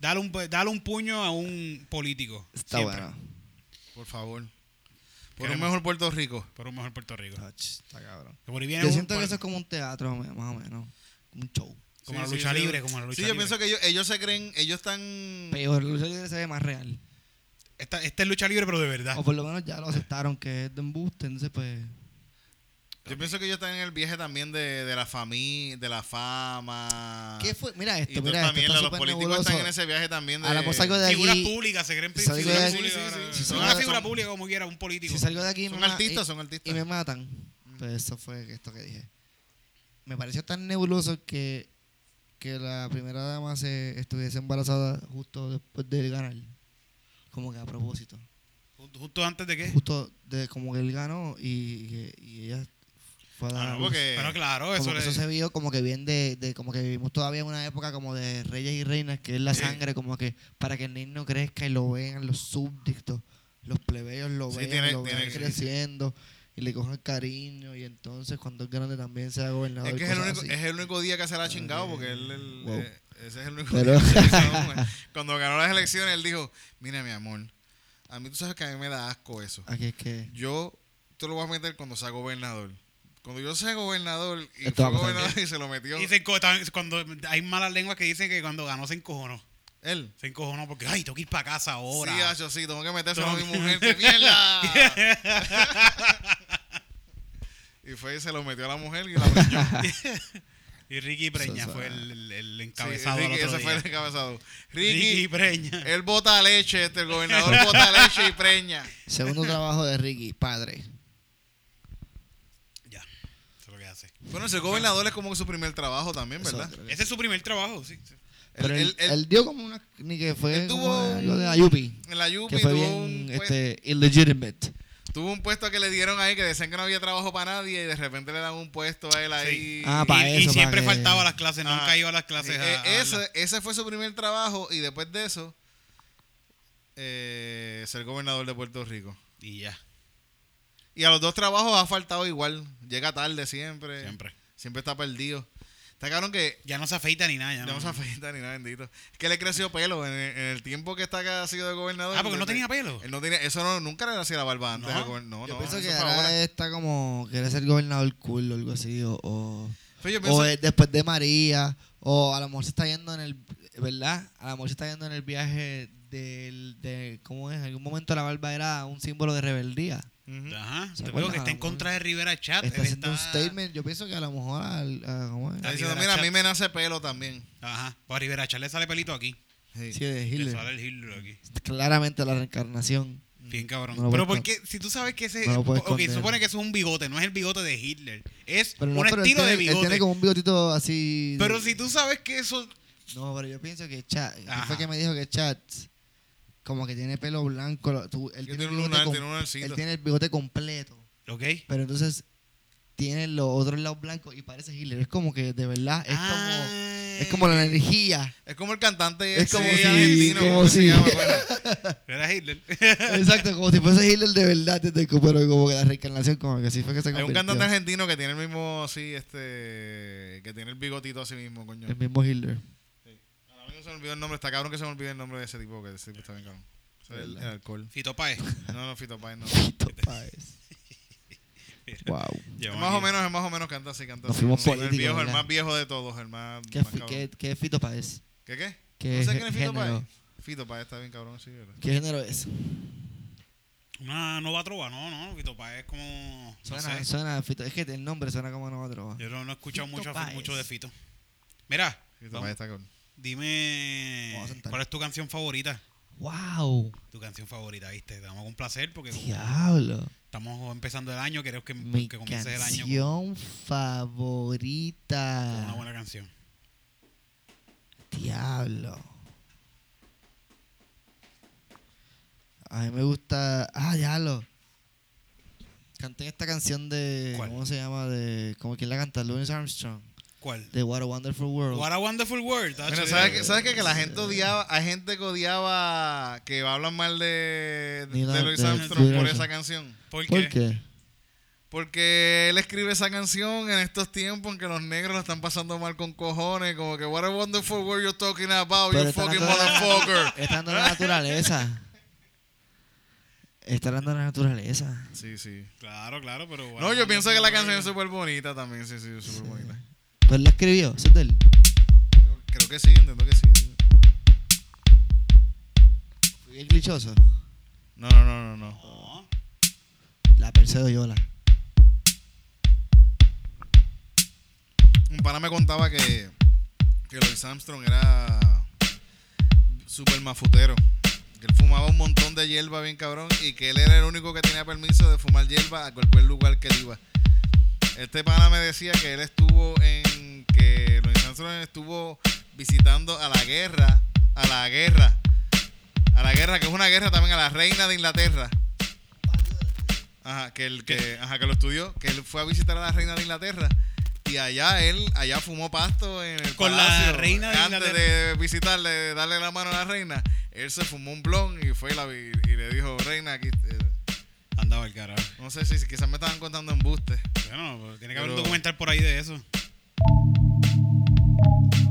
Speaker 4: Dale un, pu- dale un puño a un político.
Speaker 2: Está
Speaker 4: siempre,
Speaker 2: bueno.
Speaker 3: Por favor. Por un
Speaker 4: Queremos-
Speaker 3: mejor Puerto Rico.
Speaker 4: Por un mejor Puerto Rico.
Speaker 2: Ach, Está cabrón.
Speaker 4: Que por ahí viene
Speaker 2: Yo
Speaker 4: un-
Speaker 2: siento que
Speaker 4: por-
Speaker 2: eso es como un teatro, más o menos. Un show.
Speaker 4: como
Speaker 3: Sí,
Speaker 4: la
Speaker 3: sí,
Speaker 4: lucha
Speaker 3: sí.
Speaker 4: libre, como la lucha
Speaker 3: Sí, yo
Speaker 4: libre.
Speaker 3: pienso que ellos, ellos se creen, ellos están...
Speaker 2: Pero el lucha libre se ve más real.
Speaker 4: Esta, esta es lucha libre, pero de verdad.
Speaker 3: Ah.
Speaker 2: O por lo menos ya lo aceptaron que es de embuste, entonces pues...
Speaker 3: Yo pienso que ellos están en el viaje también de, de la familia, de la fama.
Speaker 2: ¿Qué fue? Mira esto,
Speaker 3: Ah. Y
Speaker 2: mira esto.
Speaker 3: también
Speaker 2: Está
Speaker 3: los
Speaker 2: súper
Speaker 3: políticos
Speaker 2: nebuloso.
Speaker 3: están en ese viaje también de...
Speaker 2: Ahora, pues, algo de-
Speaker 4: Figuras
Speaker 2: allí-
Speaker 4: públicas, se creen
Speaker 2: salgo
Speaker 4: figuras
Speaker 2: de-
Speaker 4: públicas
Speaker 3: sí, sí,
Speaker 4: ahora.
Speaker 3: sí, sí.
Speaker 4: Son
Speaker 2: Son-
Speaker 4: una figura
Speaker 3: son-
Speaker 4: pública como quiera, un político.
Speaker 2: Si salgo de aquí ah, y
Speaker 3: Son
Speaker 2: me ma-
Speaker 3: artistas,
Speaker 2: y-
Speaker 3: son Mm. artistas.
Speaker 2: y me matan, pues eso fue que- esto que dije. Me pareció tan nebuloso que, que la primera dama se estuviese embarazada justo después del ganar. Como que a propósito.
Speaker 4: Ju- Justo antes de
Speaker 3: Eh.
Speaker 4: que.
Speaker 2: Justo de como que él ganó y, y- y ella fue a dar
Speaker 3: Ah,
Speaker 2: a
Speaker 3: no,
Speaker 2: luz.
Speaker 3: porque-
Speaker 4: Pero claro,
Speaker 2: Como
Speaker 4: eso,
Speaker 2: que
Speaker 4: le-
Speaker 2: eso se vio como que bien de, de- como que vivimos todavía en una época como de reyes y reinas que es la
Speaker 4: Sí.
Speaker 2: sangre como que para que el niño crezca y lo vean los súbdicos los plebeyos lo
Speaker 3: Sí,
Speaker 2: vean
Speaker 3: tiene-
Speaker 2: lo
Speaker 3: tiene
Speaker 2: vean
Speaker 3: que- sí, sí.
Speaker 2: creciendo y le cojan cariño y entonces cuando es grande también sea gobernador
Speaker 3: Es
Speaker 2: y
Speaker 3: que es el,
Speaker 2: cosas
Speaker 3: único,
Speaker 2: así.
Speaker 3: es el único día que se la ha chingado porque él, él-
Speaker 2: Wow.
Speaker 3: eh, ese es el único
Speaker 2: Pero-
Speaker 3: día que se la ha chingado. pues. Cuando ganó las elecciones, él dijo, mira mi amor, a mí tú sabes que a mí me da asco eso.
Speaker 2: Aquí es que
Speaker 3: Yo, tú lo vas a meter cuando sea gobernador. Cuando yo sea gobernador y
Speaker 2: Esto va
Speaker 3: fue
Speaker 2: a pasar
Speaker 3: gobernador y se lo metió
Speaker 4: y se enco- tan- cuando hay malas lenguas que dicen que cuando ganó se encojonó.
Speaker 3: él.
Speaker 4: Se encojonó porque, ay, tengo que ir para casa ahora.
Speaker 3: Sí, ah, acho, sí, tengo que meterse a mi
Speaker 4: Tengo que-
Speaker 3: mujer. ¡Qué mierda! y fue y se lo metió a la mujer y la preñó.
Speaker 4: y Ricky Preña
Speaker 2: Eso
Speaker 4: fue
Speaker 2: es-
Speaker 4: el, el- el
Speaker 3: Sí,
Speaker 4: encabezado
Speaker 3: Ricky,
Speaker 4: al otro
Speaker 3: ese fue el
Speaker 4: día.
Speaker 3: encabezado.
Speaker 4: Ricky,
Speaker 3: Ricky, eh,
Speaker 4: Preña.
Speaker 3: él bota leche, este, el gobernador bota leche y preña.
Speaker 2: segundo trabajo de Ricky padre
Speaker 4: Ya, eso es lo que hace.
Speaker 3: Bueno, ser gobernador es como su primer trabajo también,
Speaker 2: Eso
Speaker 3: ¿verdad?
Speaker 2: creo que-
Speaker 4: Ese es su primer trabajo, sí. sí.
Speaker 2: pero él,
Speaker 3: él- él-
Speaker 2: él dio como una ni que fue
Speaker 3: él tuvo
Speaker 2: como
Speaker 3: un-
Speaker 2: lo de Ayupi
Speaker 3: En la Yupi
Speaker 2: que fue
Speaker 3: tuvo,
Speaker 2: bien
Speaker 3: un puesto,
Speaker 2: este illegitimate
Speaker 3: tuvo un puesto que le dieron ahí que decían que no había trabajo para nadie y de repente le dan un puesto a él ahí.
Speaker 2: Ah, pues,
Speaker 4: y,
Speaker 2: pa'
Speaker 4: y
Speaker 2: eso, pa'
Speaker 4: siempre
Speaker 2: que-
Speaker 4: faltaba a las clases,
Speaker 3: Ah,
Speaker 4: nunca iba a las clases.
Speaker 3: Eh,
Speaker 4: a- a-
Speaker 3: eh, ese, ese fue su primer trabajo y después de eso, eh, ser gobernador de Puerto Rico.
Speaker 4: Y ya,
Speaker 3: Y a los dos trabajos ha faltado igual. Llega tarde siempre.
Speaker 4: siempre.
Speaker 3: Siempre está perdido. Está claro que
Speaker 4: Ya no se afeita ni nada. Ya
Speaker 3: ya
Speaker 4: no-
Speaker 3: no se afeita ni nada, bendito. Es que le creció pelo en el, en el tiempo que está que ha sido de gobernador.
Speaker 4: Ah, porque no
Speaker 3: desde-
Speaker 4: tenía pelo.
Speaker 3: Él no tenía, eso no, nunca le hacía la barba antes.
Speaker 4: No.
Speaker 3: al gober- Oh, No, no,
Speaker 2: yo pienso
Speaker 3: eso
Speaker 2: que
Speaker 3: fue ahora.
Speaker 2: ahora está como quiere ser gobernador cool o algo así o- o
Speaker 3: Pero yo
Speaker 2: o
Speaker 3: pienso-
Speaker 2: es después de María, o a lo mejor se está yendo en el, ¿verdad? A lo mejor se está yendo en el viaje del, de, ¿cómo es? En algún momento la barba era un símbolo de rebeldía.
Speaker 3: Ujú.
Speaker 4: Ajá.
Speaker 2: ¿Se
Speaker 4: Te veo
Speaker 2: acuerdan?
Speaker 4: que está en contra de Rivera Chat.
Speaker 2: Está
Speaker 4: él
Speaker 2: haciendo un
Speaker 4: está-
Speaker 2: statement, yo pienso que a lo mejor, al, a- ¿cómo es?
Speaker 3: Está
Speaker 4: Ahí
Speaker 3: diciendo,
Speaker 4: Rivera
Speaker 3: mira, a
Speaker 4: Chat.
Speaker 3: mí me nace pelo también.
Speaker 4: Ajá. Pues a Rivera Chat le sale pelito aquí.
Speaker 3: Sí.
Speaker 2: Sí, de
Speaker 4: Le
Speaker 2: Hitler.
Speaker 4: sale el Hitler aquí.
Speaker 2: Claramente la reencarnación.
Speaker 4: Bien cabrón.
Speaker 2: No lo
Speaker 4: pero
Speaker 2: puedes
Speaker 4: porque si tú sabes que ese.
Speaker 2: no lo puedes
Speaker 4: ok, se
Speaker 2: esconder.
Speaker 4: supone que eso es un bigote, no es el bigote de Hitler. Es
Speaker 2: Pero no,
Speaker 4: un
Speaker 2: pero él
Speaker 4: estilo
Speaker 2: tiene,
Speaker 4: de
Speaker 2: él
Speaker 4: bigote.
Speaker 2: tiene como un bigotito así. de-
Speaker 4: Pero si tú sabes que eso.
Speaker 2: No, pero yo pienso que Chat, ¿quién
Speaker 4: Ajá.
Speaker 2: fue que me dijo que Chat, como que tiene pelo blanco, lo- tú- él, tiene
Speaker 3: Que
Speaker 2: el
Speaker 3: tiene un
Speaker 2: bigote
Speaker 3: lunar,
Speaker 2: com-
Speaker 3: tiene un lunarcito.
Speaker 2: él tiene el bigote completo.
Speaker 4: Ok.
Speaker 2: Pero entonces tiene los otros lados blancos y parece Hitler. Es como que de verdad es
Speaker 4: Ah.
Speaker 2: como es como la energía.
Speaker 3: Es como el cantante
Speaker 2: Es
Speaker 3: ese
Speaker 2: como
Speaker 4: si-
Speaker 3: argentino,
Speaker 2: como
Speaker 3: ¿cómo se
Speaker 2: si-
Speaker 3: llama? Bueno,
Speaker 4: Era Hitler.
Speaker 2: Exacto, como si fuese Hitler de verdad, desde que- pero como que la reencarnación, como que así fue que se
Speaker 3: Hay un
Speaker 2: convirtió.
Speaker 3: cantante argentino que tiene el mismo así, este, que tiene el bigotito así mismo, coño.
Speaker 2: El mismo Hitler.
Speaker 3: A mí no se me olvidó el nombre, está cabrón que se me olvide el nombre de ese tipo, que ese tipo está bien cabrón. O sea, el, el alcohol.
Speaker 4: Fito Páez.
Speaker 3: No, no, Fito Páez, no.
Speaker 2: Fito Páez. wow.
Speaker 3: Es
Speaker 4: Llevamos
Speaker 3: más o
Speaker 4: aquí.
Speaker 3: menos, es más o menos canta así, canta
Speaker 2: Nos
Speaker 3: así.
Speaker 2: fuimos
Speaker 3: Sí, el
Speaker 2: políticos,
Speaker 3: viejo, el
Speaker 2: ¿verdad?
Speaker 3: más viejo de todos, el más.
Speaker 2: ¿Qué,
Speaker 3: más
Speaker 2: fi-
Speaker 3: cabrón.
Speaker 2: qué, qué Fito Páez?
Speaker 3: ¿Qué qué?
Speaker 2: ¿Qué
Speaker 3: ¿No sé
Speaker 2: gé-
Speaker 3: quién es Fito
Speaker 2: género?
Speaker 3: Páez? Fito Páez está bien cabrón así, ¿verdad?
Speaker 2: ¿Qué género es?
Speaker 4: Una nueva trova, no, no. Fito Páez es como. No
Speaker 2: Suena,
Speaker 4: sé.
Speaker 2: suena Fito. Es que el nombre suena como no otro.
Speaker 4: Yo no, no he escuchado
Speaker 2: Fito
Speaker 4: mucho,
Speaker 2: Páez.
Speaker 4: mucho de Fito. Mira,
Speaker 3: Fito
Speaker 4: vamos,
Speaker 3: Páez está cabrón.
Speaker 4: dime
Speaker 2: Vamos a sentar.
Speaker 4: cuál es tu canción favorita.
Speaker 2: Wow.
Speaker 4: Tu canción favorita, ¿viste? Te damos un placer porque como
Speaker 2: Diablo.
Speaker 4: estamos empezando el año, queremos que,
Speaker 2: Mi
Speaker 4: que comiences el año con-
Speaker 2: canción
Speaker 4: con,
Speaker 2: favorita.
Speaker 4: una buena canción.
Speaker 2: Diablo. A mí me gusta. Ah, diablo. Canté esta canción de.
Speaker 4: ¿Cuál?
Speaker 2: ¿Cómo se llama? De. ¿Cómo quién la canta? Louis Armstrong.
Speaker 4: ¿Cuál?
Speaker 2: De What a Wonderful World.
Speaker 4: What a Wonderful World. tacho.
Speaker 3: Mira, ¿sabes qué? ¿Sabes qué? Que la gente odiaba, hay gente que odiaba, que hablan mal de,
Speaker 2: Ni
Speaker 3: de
Speaker 2: la-
Speaker 3: Louis
Speaker 2: de-
Speaker 3: Armstrong
Speaker 2: de-
Speaker 3: por esa canción.
Speaker 4: ¿Por qué?
Speaker 2: ¿Por qué?
Speaker 3: Porque él escribe esa canción en estos tiempos en que los negros lo están pasando mal con cojones. Como que, what a wonderful world you're talking about,
Speaker 2: Pero
Speaker 3: you
Speaker 2: está
Speaker 3: fucking
Speaker 2: hablando de-
Speaker 3: motherfucker.
Speaker 2: Está dando la naturaleza. Está dando la naturaleza.
Speaker 3: Sí, sí.
Speaker 4: Claro, claro, pero bueno.
Speaker 3: No, yo pienso que la canción es súper bonita también. Sí, sí, súper bonita.
Speaker 2: Pero Pues la escribió, ¿Eso es de él?
Speaker 3: Creo- Creo que sí, entiendo que sí.
Speaker 2: Fui bien clichoso.
Speaker 3: No, no, no, no, no.
Speaker 4: No.
Speaker 2: La Perseo Yola.
Speaker 3: Un pana me contaba que, que Louis Armstrong era súper mafutero. Que él fumaba un montón de hierba bien cabrón y que él era el único que tenía permiso de fumar hierba a cualquier lugar que él iba. Este pana me decía que él estuvo en. que Louis Armstrong estuvo visitando a la guerra. A la guerra. A la guerra, que es una guerra también, a la reina de Inglaterra. Ajá, que el que, ajá, que lo estudió, que él fue a visitar a la reina de Inglaterra y allá él, allá fumó pasto en el
Speaker 4: Con la
Speaker 3: palacio.
Speaker 4: reina de
Speaker 3: Antes de visitarle, de darle la mano a la reina, él se fumó un blon y fue y, la vi- y le dijo, reina, aquí, eh,
Speaker 4: Andaba el carajo.
Speaker 3: no sé si si quizás me estaban contando embuste.
Speaker 4: Bueno, pues, tiene que haber un
Speaker 3: Pero-
Speaker 4: documental por ahí de eso.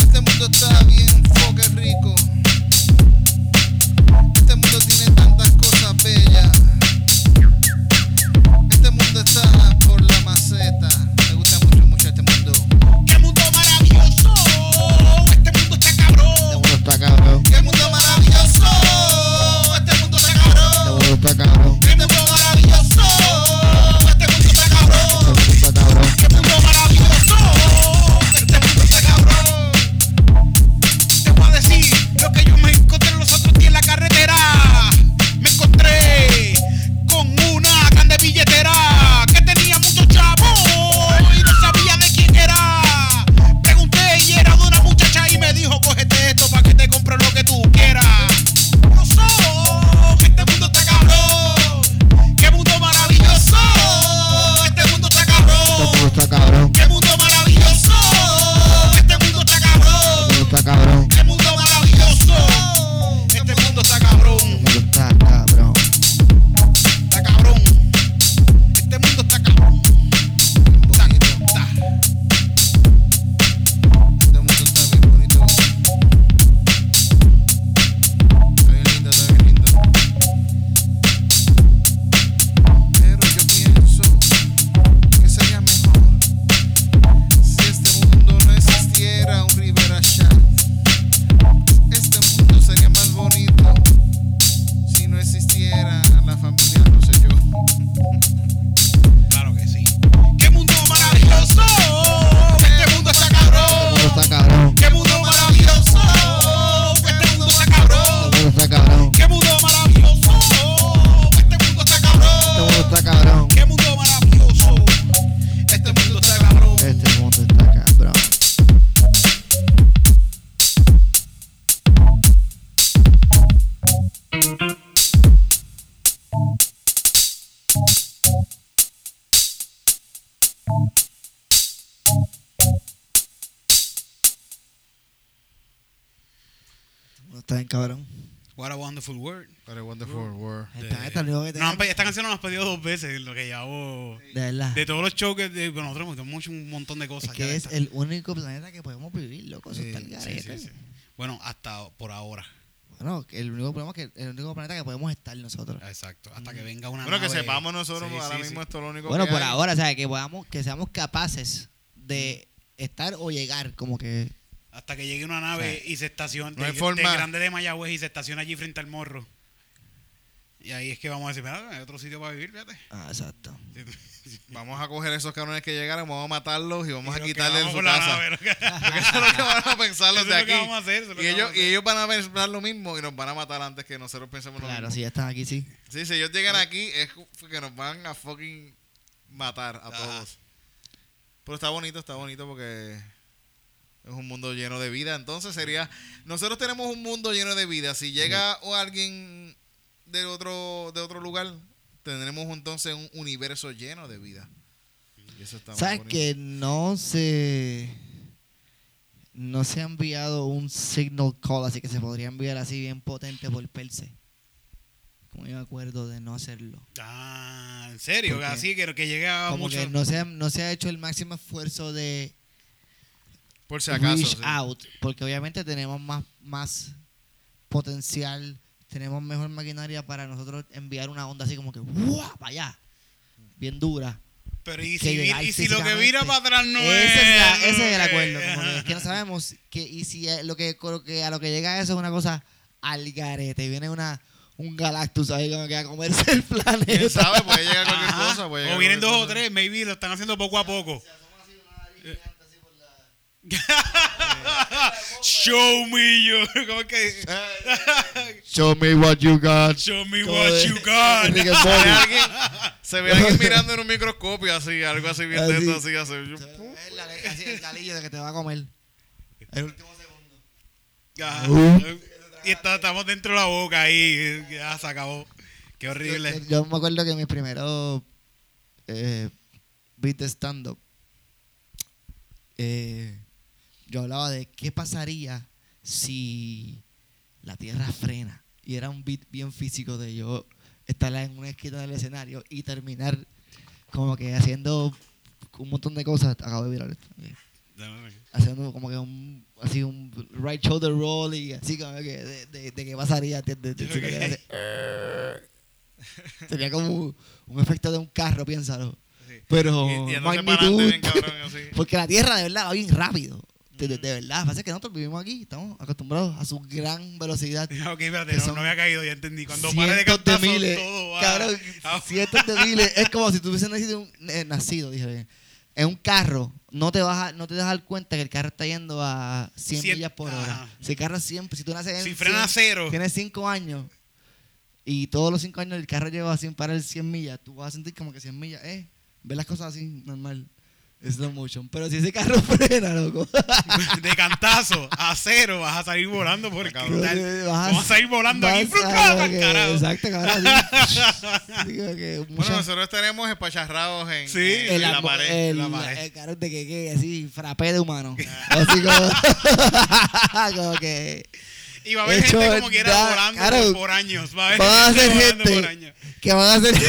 Speaker 3: Este mundo está bien foque rico. Este mundo tiene tantas cosas bellas. Este mundo está por la maceta. Me gusta mucho, mucho este mundo.
Speaker 4: ¡Qué mundo maravilloso! ¡Este mundo está
Speaker 2: Este
Speaker 4: cabrón!
Speaker 2: mundo está cabrón.
Speaker 3: ¡Qué mundo maravilloso! Este mundo está
Speaker 2: Este
Speaker 3: cabrón.
Speaker 2: mundo está cabrón.
Speaker 3: ¡Qué mundo maravilloso! Este mundo está
Speaker 2: Este
Speaker 3: cabrón.
Speaker 2: mundo está cabrón.
Speaker 4: Este
Speaker 3: ¡Qué mundo maravilloso! Este mundo está cabrón.
Speaker 4: Te voy a decir lo que yo me encontré los otros días en la carretera. Me encontré con una grande billetera que tenía muchos chavos y no sabía de quién era. Pregunté y era de una muchacha y me dijo, cógete esto para que te compres lo que tú quieras. No so, que este mundo está cabrón. Qué mundo maravilloso. Este mundo está
Speaker 2: Este
Speaker 4: cabrón.
Speaker 2: mundo está cabrón.
Speaker 4: Qué mundo maravilloso. Este mundo está cabrón.
Speaker 2: Este mundo está cabrón.
Speaker 4: ¡Qué mundo maravilloso! Este mundo está cabrón,
Speaker 2: Este mundo está cabrón.
Speaker 4: está cabrón. Este mundo está cabrón. Está, está.
Speaker 3: Este mundo está bien bonito. Está bien lindo, está bien lindo. Pero yo pienso que sería mejor si este mundo no existiera un Rivera Chat. Este mundo sería más bonito si no existiera la familia, no sé yo.
Speaker 4: Claro que sí. ¡Qué mundo maravilloso! Este mundo está
Speaker 2: Este mundo
Speaker 4: cabrón.
Speaker 2: está cabrón.
Speaker 4: ¡Qué mundo maravilloso! Este mundo está cabrón.
Speaker 2: Este mundo está cabrón.
Speaker 4: ¡Qué mundo maravilloso! Este mundo está
Speaker 2: Este mundo
Speaker 4: cabrón.
Speaker 2: está cabrón.
Speaker 4: ¡Qué mundo maravilloso! Este mundo está cabrón.
Speaker 2: Este mundo está cabrón. Este mundo Está bien cabrón.
Speaker 4: What a wonderful world.
Speaker 3: Pero wonderful world.
Speaker 2: El planeta es lo único que
Speaker 4: No, han
Speaker 2: tenemos.
Speaker 4: pe- esta canción nos la has pedido dos veces, lo que llevamos.
Speaker 2: De verdad.
Speaker 4: De todos los shows que de, bueno, nosotros hemos hecho un montón de
Speaker 2: Es
Speaker 4: cosas. ya
Speaker 2: que
Speaker 4: de
Speaker 2: es
Speaker 4: esta.
Speaker 2: el único planeta que podemos vivir, loco. Eso
Speaker 3: Sí,
Speaker 2: está el
Speaker 3: sí,
Speaker 2: garete.
Speaker 4: Sí, sí, sí. Bueno, hasta por ahora.
Speaker 2: Bueno, que el único problema es que el único planeta que podemos estar nosotros.
Speaker 4: Exacto. Hasta
Speaker 2: Mm.
Speaker 4: que venga una.
Speaker 3: Bueno, que
Speaker 4: nave.
Speaker 3: sepamos nosotros pues,
Speaker 4: Sí,
Speaker 3: ahora
Speaker 4: sí,
Speaker 3: mismo
Speaker 4: sí.
Speaker 3: esto es lo único
Speaker 2: Bueno,
Speaker 3: que
Speaker 2: por
Speaker 3: hay.
Speaker 2: ahora, o sea, que podamos, que seamos capaces de estar o llegar, como que
Speaker 4: Hasta que llegue una nave y se estaciona.
Speaker 3: No hay
Speaker 4: de,
Speaker 3: forma.
Speaker 4: de grande de Mayagüez y se estaciona allí frente al morro. Y ahí es que vamos a decir, "Ah, hay otro sitio para vivir, fíjate.
Speaker 2: Ah, exacto.
Speaker 3: Vamos a coger esos cabrones que llegaron, vamos a matarlos y vamos
Speaker 4: Y
Speaker 3: a
Speaker 4: nos
Speaker 3: quitarle
Speaker 4: quedamos
Speaker 3: su
Speaker 4: con la
Speaker 3: casa.
Speaker 4: nave, lo que-
Speaker 3: Porque eso es lo que van a pensar los
Speaker 4: Eso
Speaker 3: de
Speaker 4: es lo que
Speaker 3: aquí.
Speaker 4: vamos a hacer, eso es lo
Speaker 3: y,
Speaker 4: que
Speaker 3: ellos,
Speaker 4: vamos a
Speaker 3: y
Speaker 4: hacer.
Speaker 3: ellos van a pensar lo mismo y nos van a matar antes que nosotros pensemos lo
Speaker 2: Claro,
Speaker 3: mismo.
Speaker 2: si ya están aquí, sí.
Speaker 3: Sí, si ellos llegan aquí es que nos van a fucking matar a
Speaker 4: Ajá.
Speaker 3: todos. Pero está bonito, está bonito porque es un mundo lleno de vida. Entonces sería, nosotros tenemos un mundo lleno de vida. Si llega o alguien de otro de otro lugar, tendremos entonces un universo lleno de vida. Y eso está muy
Speaker 2: ¿Sabes
Speaker 3: bonito.
Speaker 2: que no se. No se ha enviado un signal call, así que se podría enviar así bien potente por Perse. Como yo me acuerdo de no hacerlo.
Speaker 4: Ah, en serio,
Speaker 2: ¿Por qué?
Speaker 4: así que, que llegue
Speaker 3: Ah,
Speaker 4: a
Speaker 2: Como
Speaker 4: mucho.
Speaker 2: que no se, ha- no se ha hecho el máximo esfuerzo de
Speaker 3: Por si acaso.
Speaker 2: reach
Speaker 3: sí.
Speaker 2: out, porque obviamente tenemos más, más potencial, tenemos mejor maquinaria para nosotros enviar una onda así como que ¡guau! para allá, bien dura.
Speaker 4: Pero y
Speaker 2: que
Speaker 4: si, vi-
Speaker 2: llegar
Speaker 4: y si lo que
Speaker 2: físicamente.
Speaker 4: vira para atrás no
Speaker 2: ese,
Speaker 4: es.
Speaker 2: es la-
Speaker 4: lo
Speaker 2: ese es el
Speaker 4: que-
Speaker 2: acuerdo. como que
Speaker 4: Ajá.
Speaker 2: es que no sabemos que, y si eh, lo que, con lo que- a lo que llega eso es una cosa al garete, y viene una, un Galactus ahí como que a comerse el
Speaker 3: ¿Quién
Speaker 2: planeta.
Speaker 3: sabe? Puede llegar cualquier
Speaker 4: Ajá.
Speaker 3: cosa. puede
Speaker 4: o
Speaker 3: llegar
Speaker 4: vienen dos
Speaker 3: cualquier
Speaker 4: o
Speaker 3: cosa.
Speaker 4: tres, maybe lo están haciendo poco a poco. Show me your. ¿Cómo es que?
Speaker 2: Show me what you got.
Speaker 4: Show me what you got.
Speaker 2: Enrique
Speaker 3: Se ve
Speaker 2: Bobo.
Speaker 3: alguien, se ve alguien mirando en un microscopio así, algo así bien
Speaker 2: Así.
Speaker 3: teto, así, así. Yo, pum.
Speaker 2: Es la- así, el galillo de que te va a comer. El último segundo.
Speaker 4: Ajá. Y está- estamos dentro de la boca ahí. Ya se acabó. Qué
Speaker 2: Yo,
Speaker 4: horrible.
Speaker 2: yo me acuerdo que mis primeros eh, beats de stand-up, eh, yo hablaba de qué pasaría si la tierra frena. Y era un beat bien físico de yo estar en una esquina del escenario y terminar como que haciendo un montón de cosas. Acabo de virar esto. Ok. haciendo como que un así un right shoulder roll y así como que de, de, de que pasaría ¿entiendes? De- de- de- de- sería como un, un efecto de un carro piénsalo
Speaker 3: Sí.
Speaker 2: pero
Speaker 3: Y- y yéndose para adelante
Speaker 2: magnitud
Speaker 3: bien cabrón, así.
Speaker 2: porque la tierra de verdad va bien rápido de, de- de verdad pasa que nosotros vivimos aquí estamos acostumbrados a su gran velocidad
Speaker 4: Ok, espérate,
Speaker 2: Que
Speaker 4: no,
Speaker 2: son
Speaker 4: no había caído, ya entendí. Cuando
Speaker 2: cientos
Speaker 4: pare de cantar,
Speaker 2: de miles,
Speaker 4: todo va.
Speaker 2: cabrón,
Speaker 4: Ah,
Speaker 2: cientos de miles. Es como si tú hubieses nacido, un- eh, nacido, dije bien, en un carro. No te vas a, no te das al cuenta que el carro está yendo a 100
Speaker 4: Cien-
Speaker 2: millas por hora.
Speaker 4: Ajá.
Speaker 2: Si el carro siempre, si tú naces en
Speaker 4: Si frena a cero.
Speaker 2: tienes 5 años y todos los 5 años el carro lleva sin parar 100 millas, tú vas a sentir como que 100 millas, eh, ves las cosas así normal. Es lo motion, pero si ese carro frena, loco.
Speaker 4: de cantazo a cero vas a salir volando por el
Speaker 3: Cabrón.
Speaker 4: cristal.
Speaker 2: Vas
Speaker 4: Vamos a ir volando aquí.
Speaker 2: vas
Speaker 4: ¡Frucada,
Speaker 2: como que-
Speaker 4: carajo!
Speaker 2: Exacto, cabrón. así. Digo que
Speaker 3: Bueno,
Speaker 2: mucha-
Speaker 3: nosotros tenemos espacharrados en,
Speaker 4: Sí.
Speaker 3: en
Speaker 2: el,
Speaker 3: la
Speaker 2: amor-
Speaker 3: pared.
Speaker 2: el,
Speaker 4: la pared.
Speaker 2: el carro de que, que así, frappé de humano. así como, como que
Speaker 4: Y va a haber gente
Speaker 2: Hecho
Speaker 4: como quiera
Speaker 2: da-
Speaker 4: volando
Speaker 2: claro.
Speaker 4: por años. Va a haber
Speaker 2: van a
Speaker 4: gente
Speaker 2: ser
Speaker 4: volando
Speaker 2: gente
Speaker 4: por años.
Speaker 2: que van a ser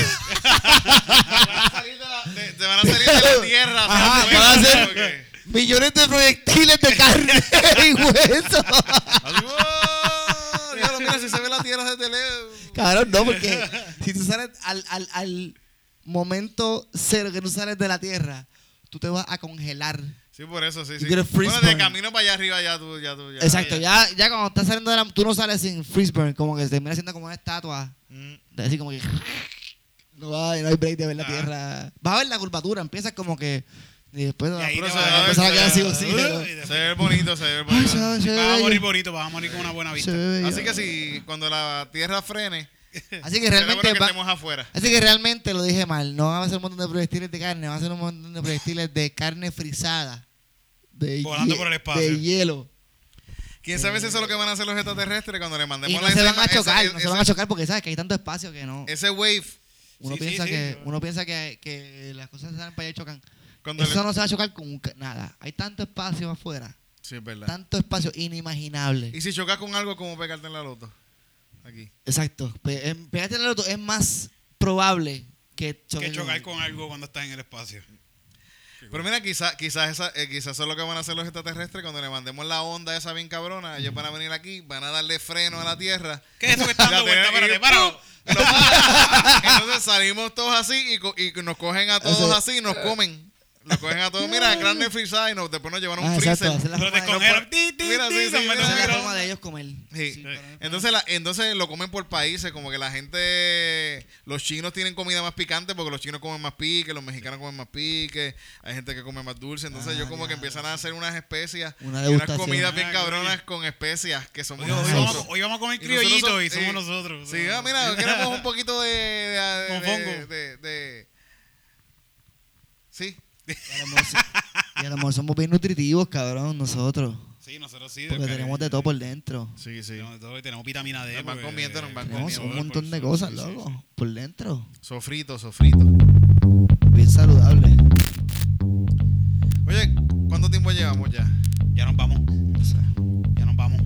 Speaker 3: Van a salir de la, de- te van a salir de la tierra.
Speaker 2: Ajá,
Speaker 3: ¿sabes?
Speaker 2: van a ser
Speaker 3: Como que-
Speaker 2: millones de proyectiles de carne y hueso.
Speaker 3: así, ¡wow! Diablo, mira, si se ve la tierra desde lejos.
Speaker 2: Cabrón, no, porque si tú sales al, al, al momento cero que tú sales de la tierra, tú te vas a congelar.
Speaker 3: Sí, por eso, sí,
Speaker 2: You
Speaker 3: sí.
Speaker 2: get a freeze
Speaker 3: Bueno, de
Speaker 2: burn.
Speaker 3: camino para allá arriba ya tú, ya tú. Ya,
Speaker 2: Exacto, ya, ya cuando estás saliendo de la. Tú no sales sin freeze burn, como que se termina siendo como una estatua.
Speaker 3: Mm.
Speaker 2: De Así como que. No, hay, no hay break de ver la
Speaker 4: Ah.
Speaker 2: tierra. Vas a ver la curvatura, empiezas como que. Y después
Speaker 4: Y ahí
Speaker 3: pero
Speaker 4: te
Speaker 3: se
Speaker 4: va-
Speaker 3: va a
Speaker 2: empezar a quedar así,
Speaker 4: Uy,
Speaker 2: así,
Speaker 4: y
Speaker 2: ¿no?
Speaker 3: Se
Speaker 4: después-
Speaker 3: ve bonito, se ve
Speaker 2: Ay,
Speaker 3: bonito.
Speaker 2: se, ve- se ve
Speaker 4: Vas a morir
Speaker 2: bello,
Speaker 4: bonito, vas a morir con una buena
Speaker 2: se
Speaker 4: vista.
Speaker 2: ve bello.
Speaker 3: Así que si cuando la tierra frene,
Speaker 2: Así que
Speaker 3: realmente
Speaker 2: realmente.
Speaker 3: que
Speaker 2: va-
Speaker 3: estemos afuera.
Speaker 2: así que realmente lo dije mal. No van a ser un montón de proyectiles de carne, van a ser un montón de proyectiles de carne frisada. De
Speaker 4: Volando por el espacio.
Speaker 2: De hielo.
Speaker 3: ¿Quién sabe si eso es lo que van a hacer los extraterrestres cuando le
Speaker 2: Y
Speaker 3: mandemos
Speaker 2: no
Speaker 3: la
Speaker 2: se van
Speaker 3: esa-
Speaker 2: a chocar,
Speaker 3: esa-
Speaker 2: no se van a chocar porque sabes que hay tanto espacio que no.
Speaker 3: Ese wave,
Speaker 2: Uno
Speaker 4: Sí, sí,
Speaker 2: piensa
Speaker 4: sí,
Speaker 2: que,
Speaker 4: yo-
Speaker 2: uno piensa que, que las cosas salen para allá y chocan.
Speaker 3: cuando le-
Speaker 2: Eso no se va a chocar con ca- nada. Hay tanto espacio afuera.
Speaker 3: Sí, es verdad.
Speaker 2: Tanto espacio inimaginable.
Speaker 3: Y si chocas con algo, como pegarte en la loto. Aquí.
Speaker 2: Exacto. Pe- em, Pegarte en el otro es más probable que chocar,
Speaker 4: Que chocar con algo cuando estás en el espacio.
Speaker 3: Pero mira, quizás quizás esa- eh, quizás eso es lo que van a hacer los extraterrestres cuando le mandemos la onda esa bien cabrona. Ellos van a venir aquí, van a darle freno a la Tierra.
Speaker 4: ¿Qué es eso que está dando
Speaker 3: La
Speaker 4: vuelta?
Speaker 3: Tierra- y-
Speaker 4: Espérate, para.
Speaker 3: ¡pum! Lo paran. Entonces salimos todos así y, co- y nos cogen a todos
Speaker 2: Eso-
Speaker 3: así y nos comen. Lo cogen a todos. Mira, gran Netflix y nos, después nos llevaron a
Speaker 2: Ah,
Speaker 3: un
Speaker 2: exacto.
Speaker 3: freezer.
Speaker 2: Hacer la
Speaker 4: Lo
Speaker 2: forma de-
Speaker 4: descongelaron. Ti, ti,
Speaker 3: Mira,
Speaker 4: ti,
Speaker 3: sí, sí,
Speaker 4: se me
Speaker 3: mira,
Speaker 2: hacer la
Speaker 4: descongeló.
Speaker 2: forma de ellos comer.
Speaker 3: Sí.
Speaker 2: Sí, para-
Speaker 3: Entonces, la, entonces lo comen por países, como que la gente, los chinos tienen comida más picante porque los chinos comen más pique, los mexicanos comen más pique, hay gente que come más dulce, entonces
Speaker 2: Ah,
Speaker 3: yo como
Speaker 2: ya,
Speaker 3: que empiezan a hacer unas especias,
Speaker 2: Una
Speaker 3: y unas
Speaker 2: degustación.
Speaker 3: comidas bien
Speaker 4: Ah,
Speaker 3: cabronas con especias que somos
Speaker 4: Hoy, hoy
Speaker 2: Sí.
Speaker 4: vamos,
Speaker 3: nosotros.
Speaker 4: hoy vamos a comer
Speaker 3: Y nosotros
Speaker 4: criollito
Speaker 3: son-
Speaker 4: y somos
Speaker 3: sí.
Speaker 4: nosotros.
Speaker 3: Sí, ah, mira, queremos un poquito de... de- de-
Speaker 4: Mofongo.
Speaker 3: de- de- sí,
Speaker 2: Y a lo mejor so- Y a lo mejor somos bien nutritivos, cabrón, nosotros.
Speaker 4: Sí, nosotros sí.
Speaker 2: Porque
Speaker 4: de-
Speaker 2: tenemos de todo por dentro.
Speaker 3: sí, sí.
Speaker 4: Tenemos de todo y tenemos vitamina D.
Speaker 3: Nos van
Speaker 4: porque-
Speaker 3: comiendo, nos van
Speaker 2: Tenemos
Speaker 3: comiendo.
Speaker 2: un montón de
Speaker 4: Sí,
Speaker 2: cosas,
Speaker 4: sí,
Speaker 2: loco. Por dentro.
Speaker 3: Sofrito, sofrito.
Speaker 2: Bien saludable.
Speaker 3: Oye, ¿cuánto tiempo llevamos ya?
Speaker 4: sí. Ya nos vamos,
Speaker 2: O sea,
Speaker 4: ya nos vamos.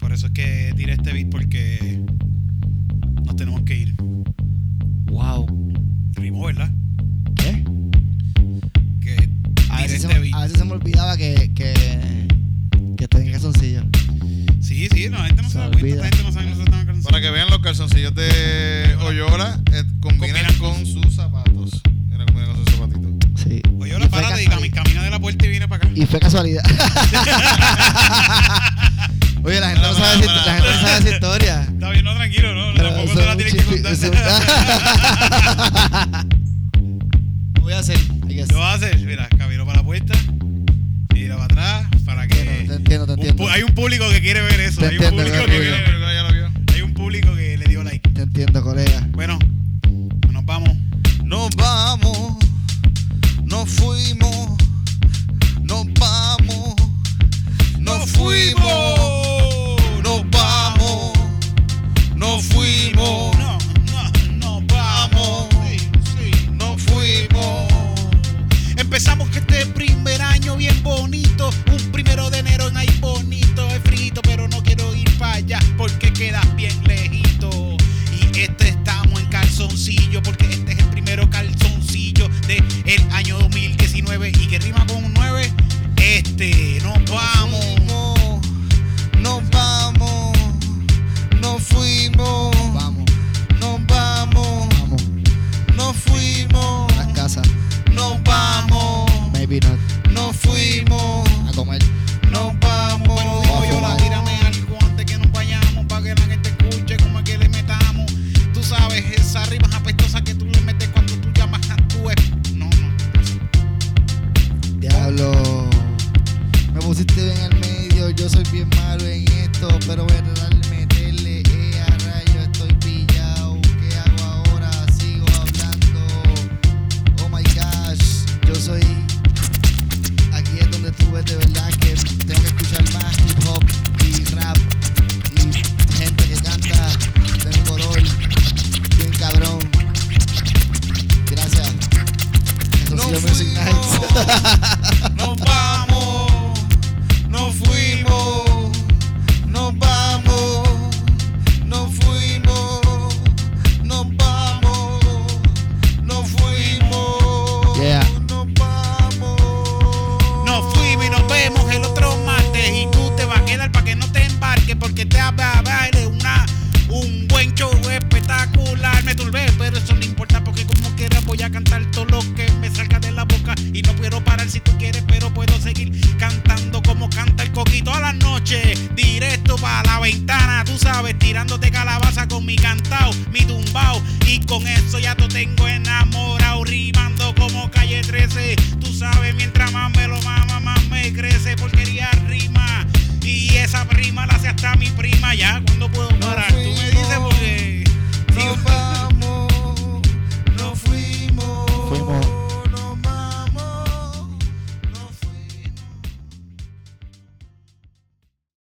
Speaker 4: Por eso es que tiré este beat porque nos tenemos que ir.
Speaker 2: wow.
Speaker 4: Rimó, ¿verdad?
Speaker 2: ¿Eh?
Speaker 4: Que
Speaker 2: A
Speaker 4: tiré
Speaker 2: veces, Ah, se,
Speaker 4: este
Speaker 2: me-
Speaker 4: beat.
Speaker 2: a veces se me olvidaba que, que, que estoy en calzoncillo.
Speaker 4: Sí, sí, no, la gente no se,
Speaker 2: Se
Speaker 4: da cuenta,
Speaker 2: olvida.
Speaker 4: esta gente no sabe que nosotros estamos
Speaker 3: Para que vean los calzoncillos de Oyola eh, combinan
Speaker 4: Combinan
Speaker 3: con sus zapatos. Mira, combinan con sus zapatitos.
Speaker 2: Sí.
Speaker 4: Oye,
Speaker 2: Y
Speaker 4: ahora
Speaker 2: fue
Speaker 4: Pues párate y
Speaker 2: casuali-
Speaker 4: cami- camina de la puerta y viene para acá.
Speaker 2: Y fue casualidad. Oye, la gente no sabe si, la gente no sabe esa historia.
Speaker 4: Está bien, no, tranquilo, no,
Speaker 2: Pero
Speaker 4: tampoco
Speaker 2: son
Speaker 4: te la
Speaker 2: un
Speaker 4: tienes que
Speaker 2: chispi-
Speaker 4: contar.
Speaker 2: son- Lo voy a hacer. I guess.
Speaker 4: Lo haces, mira, camino para la puerta, mira para atrás, para que.
Speaker 2: Te entiendo, te
Speaker 4: un
Speaker 2: entiendo.
Speaker 4: pu- hay un público que quiere ver eso.
Speaker 2: Te
Speaker 4: Hay un
Speaker 2: entiendo,
Speaker 4: público
Speaker 2: te
Speaker 4: que
Speaker 2: entiendo.
Speaker 4: quiere ver.
Speaker 3: ya lo vio.
Speaker 4: Hay un público que le dio like.
Speaker 2: Te entiendo, colega.
Speaker 4: Bueno, nos vamos.
Speaker 3: Nos vamos, nos fuimos, nos vamos, nos fuimos, nos vamos, nos fuimos,
Speaker 4: No, no, no, vamos.
Speaker 3: Vamos.
Speaker 4: Sí, sí.
Speaker 3: nos fuimos.
Speaker 4: Empezamos este primer año bien bonito. Un primero de enero en ahí bonito. Es frío, pero no quiero ir para allá porque quedas bien lejito. Y este estamos en calzoncillo porque este es el primero calzoncillo del año 2019. Y que rima con un 9. Este, nos vamos.
Speaker 3: Fuimos,
Speaker 2: Vamos,
Speaker 3: Nos vamos, nos fuimos, nos vamos,
Speaker 2: vamos.
Speaker 3: nos fuimos,
Speaker 2: A las casas.
Speaker 3: nos vamos,
Speaker 2: Maybe not.
Speaker 3: nos fuimos,
Speaker 2: A comer.
Speaker 3: nos vamos.
Speaker 4: Bueno, digo yo, la tírame algo antes que nos vayamos para que la gente escuche cómo es que le metamos. Tú sabes, esas rimas apestosas que tú le metes cuando tú llamas a tu ex. No, no.
Speaker 2: Diablo. Me pusiste bien al medio, yo soy bien malo en esto, pero voy a tratar de meterle eh, a rayo, estoy pillado. ¿Qué hago ahora? Sigo hablando. Oh my gosh, yo soy. Aquí es donde tú ves de verdad que tengo que escuchar más hip hop y rap y gente que canta de un color bien cabrón. Gracias. Eso
Speaker 3: Nos
Speaker 2: sí, Music Nights.
Speaker 3: fuimos, nos vamos, nos fuimos, nos vamos, nos fuimos, nos vamos, nos fuimos,
Speaker 2: Yeah.
Speaker 3: nos vamos.
Speaker 4: Nos fuimos y nos vemos el otro martes. Y tú te vas a quedar para que no te embarques porque te habla baile una. Un buen show espectacular, me turbé, pero eso no importa porque como quiera voy a cantar todo lo que me salga de la boca y no quiero parar si tú quieres, pero puedo seguir cantando como canta el coquito a la noche, directo para la ventana, tú sabes, tirándote calabaza con mi cantao, mi tumbao y con eso ya te tengo enamorado, rimando como calle 13, tú sabes, mientras más me lo mama, más me crece, porquería rima. Y esa prima la hace hasta mi prima ya. cuando puedo
Speaker 3: Nos
Speaker 4: parar? Tú me dices
Speaker 3: fuimos.
Speaker 4: porque.
Speaker 3: Nos vamos,